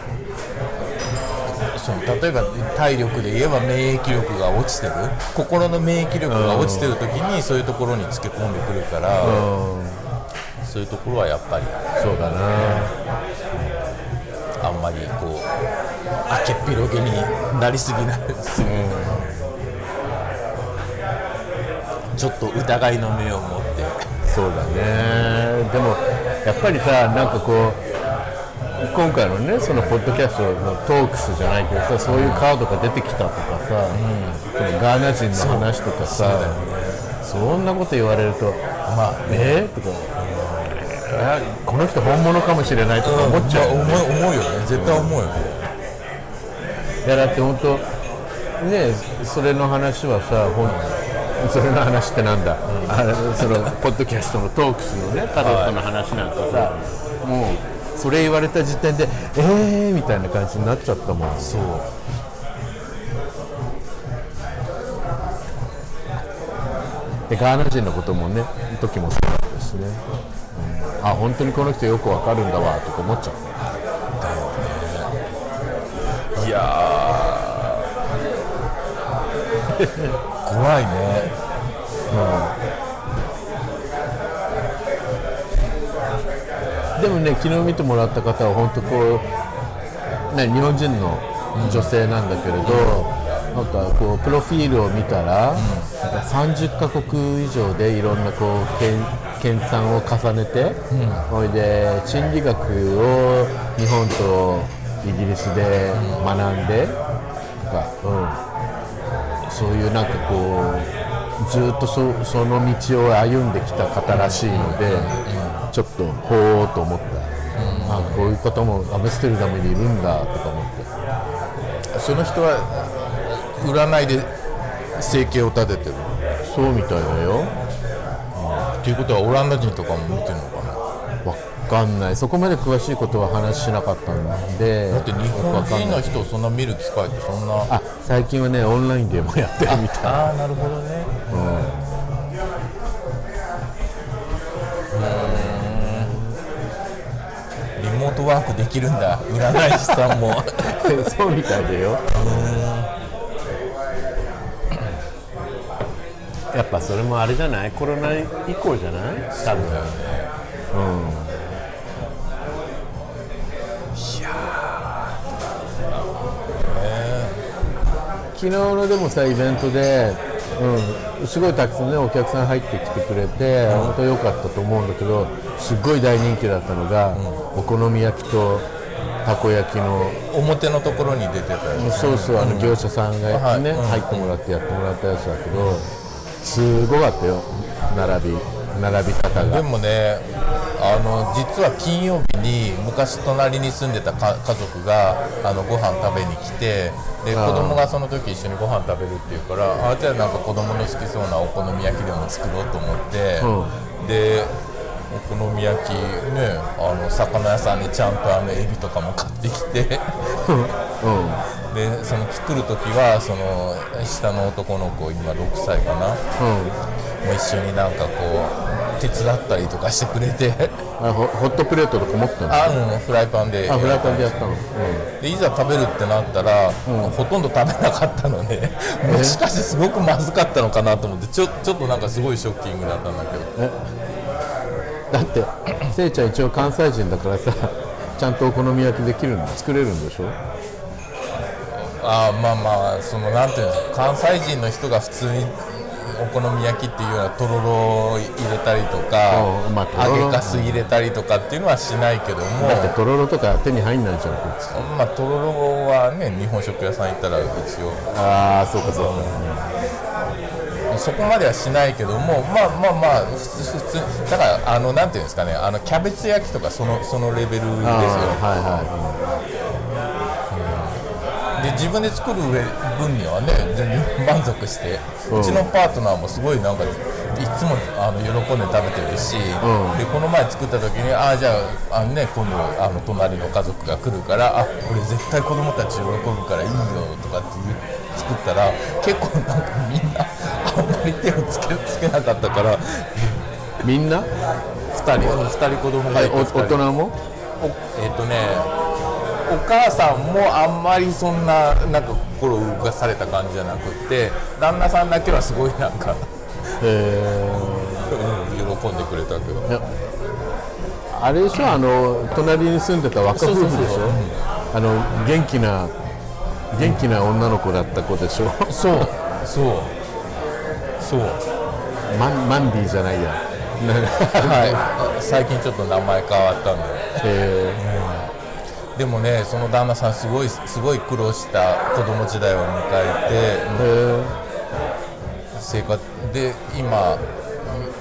C: その例えば体力で言えば免疫力が落ちてる心の免疫力が落ちてる時にそういうところにつけ込んでくるから、そういうところはやっぱり
B: そうだな
C: あんまりこう明けっぴろげになりすぎないです、ちょっと疑いの目を持って
B: そうだねでもやっぱりさなんかこう今回のねそのポッドキャストのトークスじゃないけどさそういうカードが出てきたとかさ、そのガーナ人の話とかさそ,、んなこと言われるとまあえー、とか、あこの人本物かもしれないとか思っちゃう、
C: まあ思う思うよね絶対思うよね、
B: いやだって本当ねそれの話はさほんそれの話ってなんだ、あそのポッドキャストのトークスのねタロットの話なんかさ、もうそれ言われた時点でえーみたいな感じになっちゃったもん
C: そう
B: でガーナ人のこともね時もそうだったしね、うん、あ本当にこの人よくわかるんだわとか思っちゃう
C: いやー怖いね
B: でもね昨日見てもらった方は本当こう、ね、日本人の女性なんだけれど、なんかこうプロフィールを見たら、なんか30カ国以上でいろんなこう研研鑽を重ねて、ほいで心理学を日本とイギリスで学んで、とか、うん、そういうなんかこうずっとそその道を歩んできた方らしいので、ちょっとほうと思った、あこういう方もアムステルダムにいるんだとか思って。
C: その人は占いで生計を立ててる
B: そうみたいだよ
C: っていうことはオランダ人とかも見てるのかな
B: わかんないそこまで詳しいことは話しなかったんで
C: だって日本人の人をそんな見る機会ってそんな
B: あ最近はねオンラインでもやってるみたい
C: ああなるほどねうんリモートワークできるんだ占い師さん も
B: そうみたいだよやっぱそれもあれじゃないコロナ以降じゃない多分昨日のでもさイベントで、うん、すごいたくさんねお客さん入ってきてくれて、本当良かったと思うんだけどすっごい大人気だったのが、お好み焼きとたこ焼きの
C: 表のところに出てたよね
B: そうそうあの業者さんがね、
C: はいうん
B: 入ってもらってやってもらったやつだけど、すごかったよ並び並び方
C: で
B: が
C: もねあの実は金曜日に昔隣に住んでたか家族があのご飯食べに来てで子供がその時一緒にご飯食べるっていうからあじゃあなんか子供の好きそうなお好み焼きでも作ろうと思って、でお好み焼きねあの魚屋さんにちゃんとあのエビとかも買ってきて。
B: うん
C: でその作る時はその下の男の子今6歳かな
B: うん
C: もう一緒になんかこう手伝ったりとかしてくれて
B: あホホットプレートとか持ってんのあ
C: あうんフライパンで
B: フライパンでやったの、うん、
C: でいざ食べるってなったら、ほとんど食べなかったのでもしかしてすごくまずかったのかなと思ってちょちょっとなんかすごいショッキングだったんだけど
B: だってせいちゃん一応関西人だからさちゃんとお好み焼きできるの作れるんでしょ
C: あまあまあそのなんていうの関西人の人が普通にお好み焼きっていうようなとろろを入れたりとか
B: あまあとろろ
C: 揚げかす入れたりとかっていうのはしないけども
B: だってとろろとか手に入んないじゃんこっち
C: まあとろろはね日本食屋さん行ったら一応
B: ああそうかそうか
C: そこまではしないけどもまあまあまあ普通普通だからあのなんていうんですかねあのキャベツ焼きとかそのそのレベルですよ
B: あーはいは
C: で自分で作る上分にはね全然満足して、う
B: うん
C: ちのパートナーもすごいなんかいつもあの喜んで食べてるし、
B: うん
C: でこの前作った時にああじゃああの、ね、今度あの隣の家族が来るからあこれ絶対子供たち喜ぶからいいよとかって言う作ったら結構なんかみんなあんまり手をつけつけなかったから
B: いみんな
C: 2人二人子供がいて
B: お
C: 二人
B: 大人も
C: おえっ、とねお母さんもあんまりそんななんか心を動かされた感じじゃなくって旦那さんだけはすごいなんか
B: え
C: うん喜んでくれたけど
B: ーいやあれでしょあの隣に住んでた若夫婦でしょ
C: そうそうそう
B: あの元気な元気な女の子だった子でしょ
C: そうそうそう
B: マンマンディじゃないや
C: はい最近ちょっと名前変わったんで
B: え
C: でもねその旦那さんすごいすごい苦労した子供時代を迎えて
B: ーえ
C: 生活で今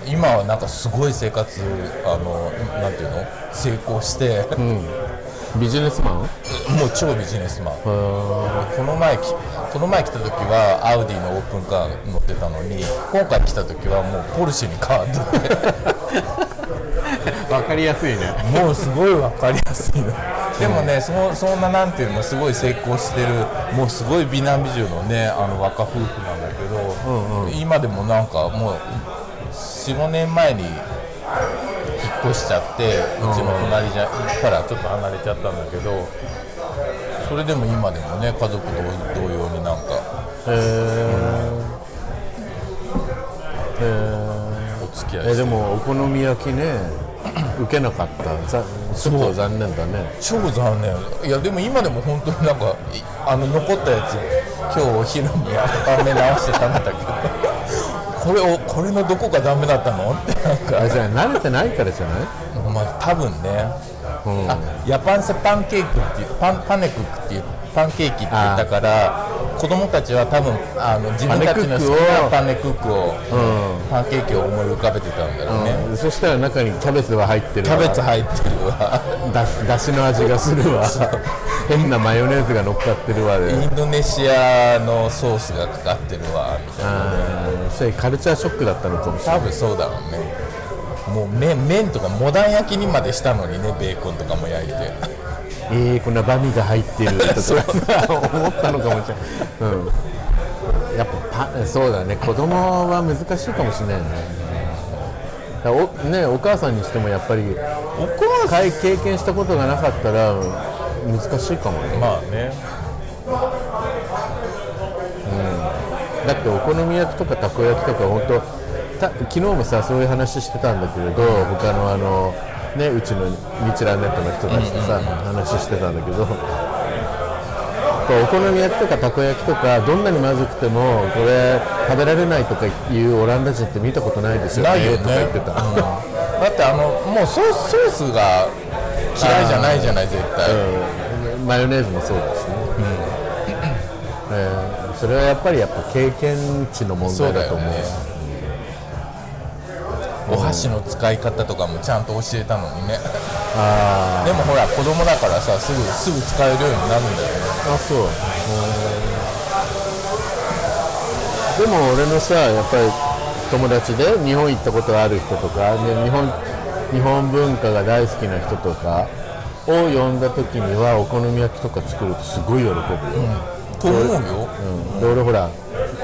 C: 今はなんかすごい生活あのなんていうの成功して、
B: ービジネスマン
C: もう超ビジネスマンこの前きこの前来た時はアウディのオープンカー乗ってたのに今回来た時はもうポルシェに変わってて
B: わかりやすいね
C: もうすごい分かりやすいのでもねそそんななんていうのすごい成功してるもうすごい美男美女のねあの若夫婦なんだけど、今でもなんかもう45年前に引っ越しちゃってうちの隣じゃからちょっと離れちゃったんだけどそれでも今でもね家族同同様になんか
B: えーえ
C: お付き合い
B: ーえ
C: して
B: でもお好み焼き ね受けなかったざちょっと残念だね
C: 超残念いやでも今でも本当になんかいあの残ったやつ今日お昼に温め直して食べたけどこれをこれのどこがダメだったのってなんか
B: あじゃあ慣れてないからじゃない
C: まあ多分ね、あヤパンセパンケーキっていうパンパネクックっていうパンケーキって言ったから子供たちは多分あの自分たちの好きなパ
B: パ
C: ンネクックをパンケーキを思い浮かべてたんだろうね、
B: うんそしたら中にキャベツは入ってる
C: キ
B: わ
C: ャベツ入ってるわ
B: だしだしの味がするわ 変なマヨネーズが乗っかってるわで
C: インドネシアのソースがかかってるわみたいな
B: あーそれカルチャーショックだったのかもしれない
C: 多分そうだろうねもう麺麺とかモダン焼きにまでしたのにねベーコンとかも焼いて
B: えー、こんなバミが 入ってるとか 思ったのかもしれない、うん、やっぱパそうだね子供は難しいかもしれないねだおねお母さんにしてもやっぱり
C: お母
B: 会経験したことがなかったら難しいかもね
C: まあね
B: だってお好み焼きとかたこ焼きとか本当た昨日もさそういう話してたんだけれど他のあのねうちの日蘭ネットの人たちとさ、話してたんだけどこうお好み焼きとかたこ焼きとかどんなにまずくてもこれ食べられないとかいうオランダ人って見たことないですよね
C: ないよね
B: とか言ってた、
C: うんだってあのもうソースソースが嫌いじゃないじゃない絶対、
B: うんマヨネーズもそうですね、えーそれはやっぱりやっぱ経験値の問
C: そう
B: 題
C: だ
B: だ
C: よ
B: と思う
C: ねお箸の使い方とかもちゃんと教えたのにね
B: あ
C: でもほら子供だからさすぐすぐ使えるようになるんだよね
B: ーあそうでも俺のさやっぱり友達で日本行ったことある人とかで日本日本文化が大好きな人とかを呼んだ時にはお好み焼きとか作るとすごい喜ぶよ、
C: と思うよ、
B: で俺ほら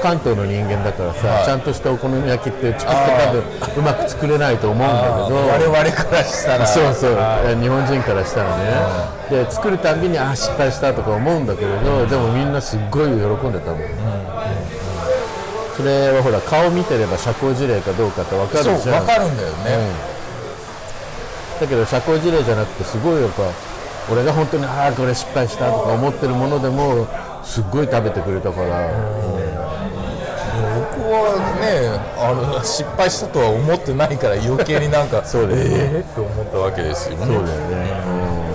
B: 関東の人間だからさ、
C: はい
B: ちゃんとしたお好み焼きって作って多分うまく作れないと思うんだけど
C: 我々からしたら
B: そうそう、日本人からしたらね、で作るたんびにあ失敗したとか思うんだけれど、でもみんなすっごい喜んでたもん、それはほら顔見てれば社交辞令かどうかって分かる
C: そう
B: じゃ
C: わ
B: ん
C: かるんだよね、
B: だけど社交辞令じゃなくてすごいやっぱ俺が本当にああこれ失敗したとか思ってるものでもすっごい食べてくれたから、
C: 僕はねあの失敗したとは思ってないから余計になんか
B: そうですね
C: えー、と思ったわけですよ
B: そ
C: ね
B: うだよね、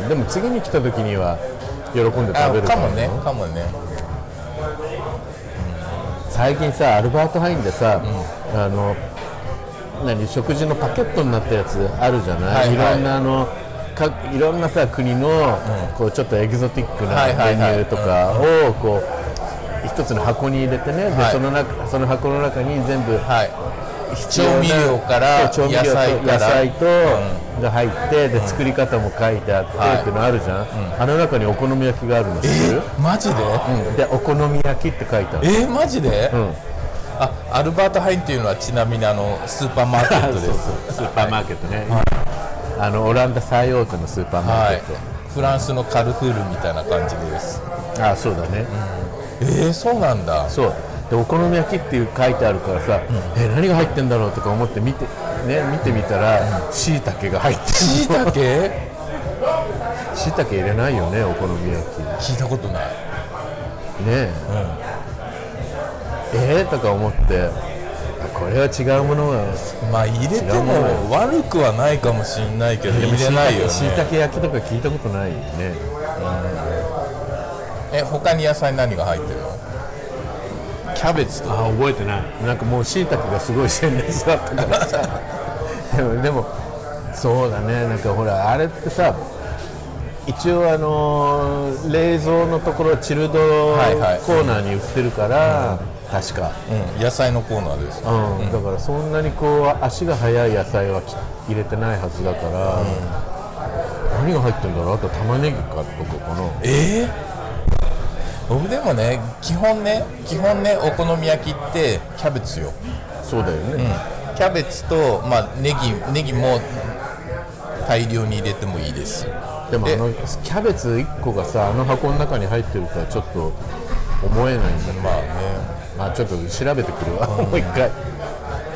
B: うんでも次に来た時には喜んで
C: あ
B: 食べる
C: かも
B: な
C: ねかもね
B: 最近さアルバート・ハインでさ、あの何食事のパケットになったやつあるじゃな、
C: はいい
B: い
C: はい
B: ろんなあのかいろんなさ国の、こうちょっとエキゾティックな
C: はいはい
B: メニ
C: はい
B: ューとかをこう一つの箱に入れてね、
C: はい
B: でその中その箱の中に全部
C: はい
B: 必
C: 調
B: 要な
C: 味料から
B: そう調味
C: 野
B: 料と
C: 菜から
B: 野菜と、が入ってで作り方も書いてあって、
C: はい
B: っていうのあるじゃん、あの中にお好み焼きがあるの知ってる、
C: マジで、
B: でお好み焼きって書いてある
C: えー、マジで、
B: ん
C: あアルバート・ハインっていうのはちなみにあのスーパーマーケットです
B: スーパーマーケットね、あのオランダ最大手のスーパーマ
C: は
B: ーケッ
C: いフランスのカルフールみたいな感じです
B: ト、ああそうだね、
C: えー、そうなんだ
B: そうでお好み焼きっていう書いてあるからさ、え何が入ってんだろうとか思って見て,、ね、見てみたらしいたけが入って
C: しい
B: る
C: たけ
B: しいたけ入れないよねお好み焼きね
C: 聞いたことない
B: え、えー、とか思ってあこれは違うものが
C: まあ入れて
B: 違うもの
C: も悪くはないかもしれないけど入れないよ
B: しいた
C: ね
B: け焼きとか聞いたことないよね
C: え他に野菜何が入ってるのキャベツとか
B: あ覚えてないなんかもうしいたけがすごい鮮烈だったからさ でもでもそうだねなんかほらあれってさ一応あのー冷蔵のところチルドコ
C: はいはい
B: ーナーに売ってるから、確か、
C: うん野菜のコーナーです
B: うんだからそんなにこう足が速い野菜はき入れてないはずだから、何が入ってるんだろうあと玉ねぎかとかかな
C: ええ僕でもね基本ね基本ねお好み焼きってキャベツよ
B: そうだよね、
C: キャベツと、まあ、ネギネギも大量に入れてもいいです
B: でもあ
C: で
B: のキャベツ1個がさあの箱の中に入ってるとはちょっと思えないんだけど
C: まあね
B: まあちょっと調べてくるわ、もう一回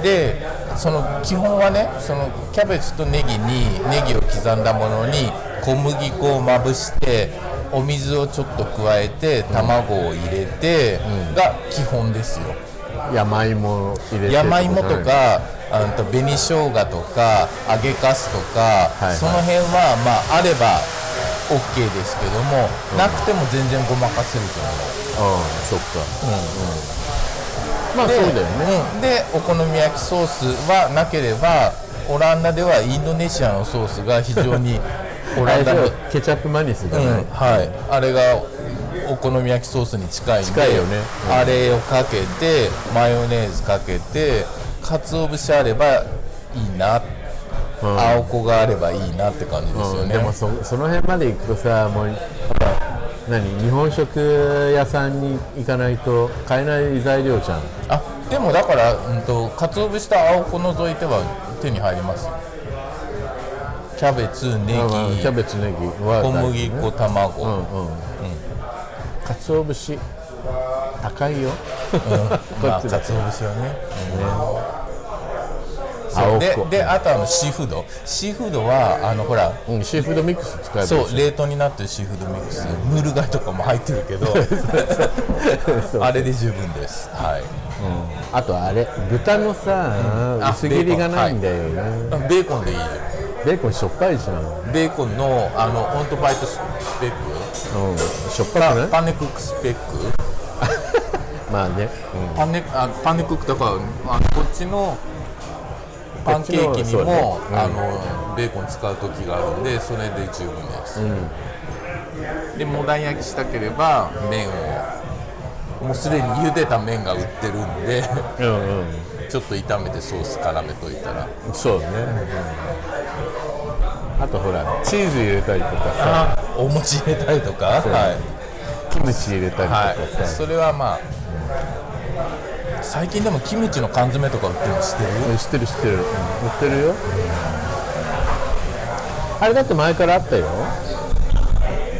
C: でその基本はねそのキャベツとネギにネギを刻んだものに小麦粉をまぶしてお水をちょっと加えて卵を入れてが基本ですよ、
B: 山芋入れて
C: 山芋と
B: ね
C: かあんと紅生姜とか揚げかすとか、
B: いはい
C: その辺はまああれば OK ですけども、なくても全然ごまかせると思う
B: うんそっかうん、まあそうだよね
C: うんでお好み焼きソースはなければオランダではインドネシアのソースが非常にオ
B: あ
C: ラ
B: れ
C: ン
B: じ
C: ダ
B: ゃ
C: の、う
B: あ
C: ん
B: ケチャップマニスがない、
C: はい、あれがお好み焼きソースに近いんで
B: 近いよねうん
C: あれをかけてマヨネーズかけて鰹節あればいいな、
B: うん
C: 青子があればいいなって感じです
B: う
C: よ
B: ん
C: ね、
B: でもそその辺まで行くとさもうやっぱ何日本食屋さんに行かないと買えない材料じゃん
C: あでもだから、うん、と鰹節と青子除いては手に入りますキャベツネギ、
B: まあキャベツネギは
C: 小麦
B: ね
C: 粉卵、
B: うんうんうん鰹節高いよ、こ
C: まあ
B: っちだ
C: 鰹節はね、
B: 青
C: で
B: 子
C: であとあのシーフードシーフードはあのほら
B: うん、シーフードミックス使えばいいし
C: そう冷凍になってるシーフードミックスムール貝とかも入ってるけどあれで十分ですはい
B: あとあれ豚のさ、
C: あ
B: 薄切りがないんだよね、
C: ベーコンでいいよ
B: ベーコンしょっぱいじゃん、うん、
C: ベーコンのあのホントバイトスペッ
B: しょっぱくない
C: クパンネクックスペック
B: まあね、
C: パンネあパンネクックだからあのこっちのパンケーキに
B: こっちのそうね
C: も、あのベーコン使う時があるんでそれで十分です、でモダン焼きしたければ麺をもうすでに茹でた麺が売ってるんで
B: うんうん
C: ちょっと炒めてソース絡めといたら
B: そうね、あとほらチーズ入れたりとかさ
C: お餅入れたりとか
B: そう
C: はい、
B: キムチ入れたりと
C: は
B: か
C: い、
B: さ、
C: それはまあ最近でもキムチの缶詰とか売ってるの知ってる
B: うん知ってる知ってる、うん、売ってるよ、あれだって前からあったよ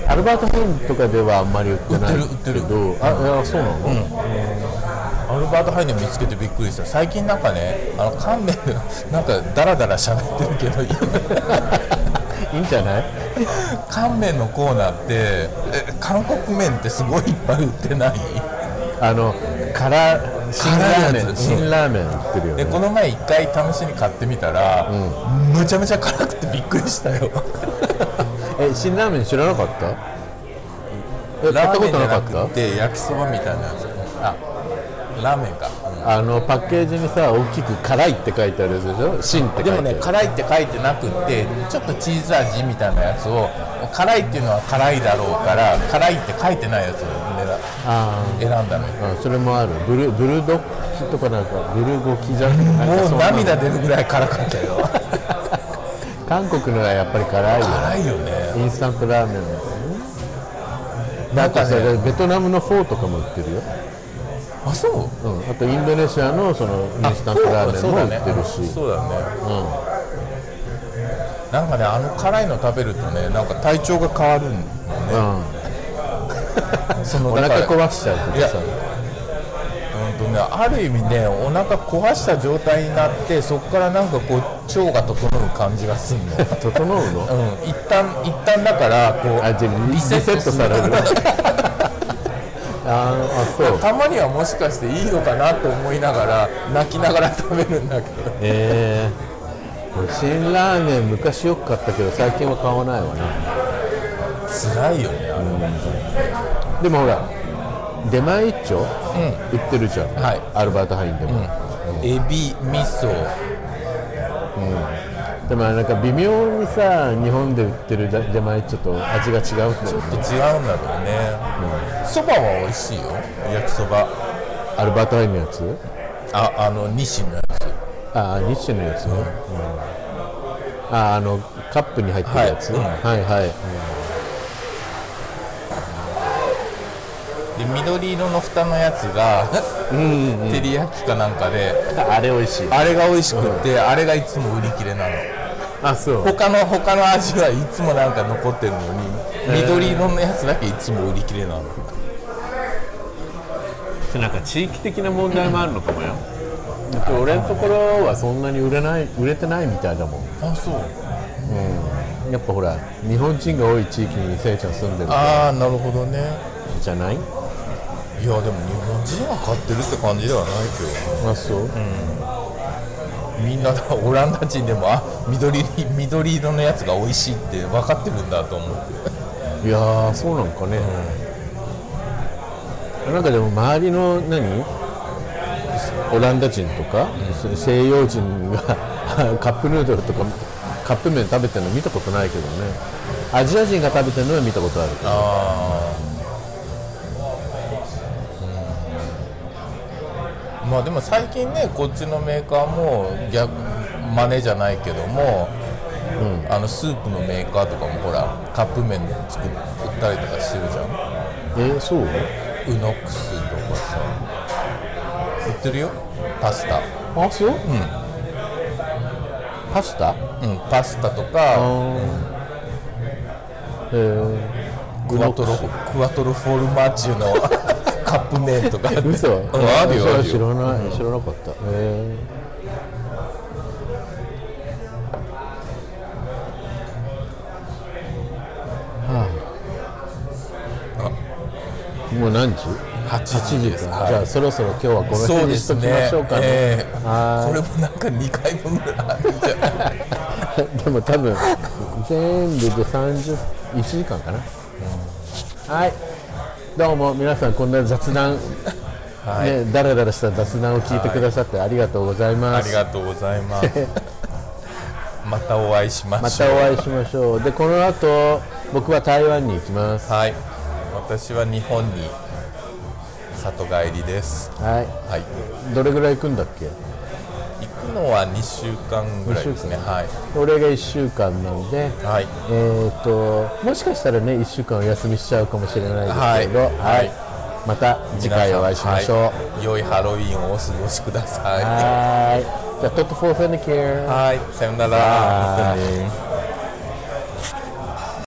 B: アルバートホームとかではあんまり売ってない
C: 売ってる売ってる
B: けどあいやそうなの、
C: アルバート・ハイネ見つけてびっくりした最近なんかねあの乾麺なんかダラダラ喋ってるけど
B: いいんじゃない
C: 乾麺のコーナーってえ韓国麺ってすごいいっぱい売ってない
B: あの辛辛ラー
C: 辛
B: メ
C: いや
B: ン
C: つ
B: 辛ラーメン売ってるよ
C: で
B: ね
C: この前一回試しに買ってみたら、むちゃめちゃ辛くてびっくりしたよ
B: え辛ラーメン知らなかったえ買ったことなか
C: ラーメンじゃ
B: っ
C: くて焼きそばみたいなやつあラーメンか、
B: たあのパッケージにさ大きく辛いって書いてあるやつでしょ辛っ
C: で
B: て書いてあ
C: も
B: る
C: ね辛いって書いてなくってちょっとチーズ味みたいなやつを辛いっていうのは辛いだろうから辛いって書いてないやつを
B: あ
C: 選んだのよ
B: あそれもあるブルブルドッキとかなんかブルゴキじゃんなんか
C: も
B: そうなの
C: 涙出るぐらい辛かったよ
B: 韓国のはやっぱり辛いよ
C: 辛いよね
B: インスタントラーメン
C: な
B: なん
C: んか
B: かさ、
C: ね
B: ベトナムのフォーとかも売ってるよ、
C: あそう
B: うん、あとインドネシアのそのインスタントラーメンも売ってるし
C: そうだねそうだねなんかねあの辛いの食べるとねなんか体調が変わるんだよねその
B: お
C: だ
B: 腹
C: から
B: 壊しちゃうとかさ
C: いうんとね、ある意味ねお腹壊した状態になってそこからなんかこう腸が整う感じがするの、 う
B: 整うの
C: ん、一旦一旦だからこう
B: あじゃあリセットされ るあーあそう
C: たまにはもしかしていいのかなと思いながら泣きながら食べるんだけど
B: ええ俺辛ラーメン昔よく買ったけど最近は買わないわな
C: 辛いよねあれ
B: でもほら出前一丁、売ってるじゃん、
C: はい
B: アルバートハインでも、
C: エビ味噌
B: でもなんか微妙にさ日本で売ってるだ出前一丁と味が違うんだよね
C: と違うんだろうねそば、は美味しいよ焼きそば
B: アルバートハインのやつ
C: ああの西のやつ
B: ああ日清のやつね、うんあーあのカップに入ってるやつ、
C: はい
B: はい、はい
C: で緑色の蓋のやつが照り焼きかなんかで
B: あれ美味しい
C: あれが美味しくって、あれがいつも売り切れなの
B: あそう
C: 他の他の味はいつもなんか残ってるのに、緑色のやつだけいつも売り切れなの
B: なんか地域的な問題もあるのかもよ、だって俺のところはそんなに売れない売れてないみたいだもん
C: あそう
B: やっぱほら日本人が多い地域にせいちゃん住んでる
C: ああなるほどね
B: じゃない
C: いやでも日本人が買ってるって感じではないけど
B: あそう、
C: みんなだオランダ人でもあ緑に緑色のやつが美味しいって分かってるんだと思って
B: いやーそうなんかね、なんかでも周りの何オランダ人とか、そう西洋人が カップヌードルとかカップ麺食べてるの見たことないけどねアジア人が食べてるのは見たことある
C: ああまあでも最近ねこっちのメーカーも逆真似じゃないけども、あのスープのメーカーとかもほらカップ麺作っ売ったりとかしてるじゃん
B: えーそう
C: ウノックスとかさ売ってるよパスタ
B: あそう、パスタ
C: うんパスタとか
B: えー
C: クワトロクワトロフォルマッチュ のカップ麺とかあって
B: 嘘
C: うんあるよある
B: 知
C: よ
B: らない、知らなかったへえはあもう何時
C: 8
B: ?8 時
C: です
B: か、
C: はい
B: じゃあそろそろ今日はこの
C: そう
B: 辺
C: で
B: にしと
C: す
B: き
C: ね
B: ましょうかね
C: ええ
B: は
C: これもなんか2回分ぐらいあるんじゃない
B: でも多分全部で301時間かな、はいどうも皆さんこんな雑談、ね、だらだらした雑談を聞いてくださってありがとうございま
C: あ
B: す、
C: りがとうございます またお会いしま
B: ま
C: しょう
B: たお会いしましょうでこの後僕は台湾に行きます
C: はい私は日本に里帰りです
B: は
C: はい
B: いどれぐらい行くんだっけ
C: 行くのは2週間ぐらいですね
B: 二週
C: はい
B: 俺が1週間なので
C: はい
B: えー、ともしかしたらね1週間お休みしちゃうかもしれないですけど、
C: はいはい
B: また次回お会いしましょう、
C: 皆さんはい良いハロウィンをお過ごしください
B: はい。じゃあ、トップ4フェンディケア。
C: はいさようならまた
B: はい
C: ね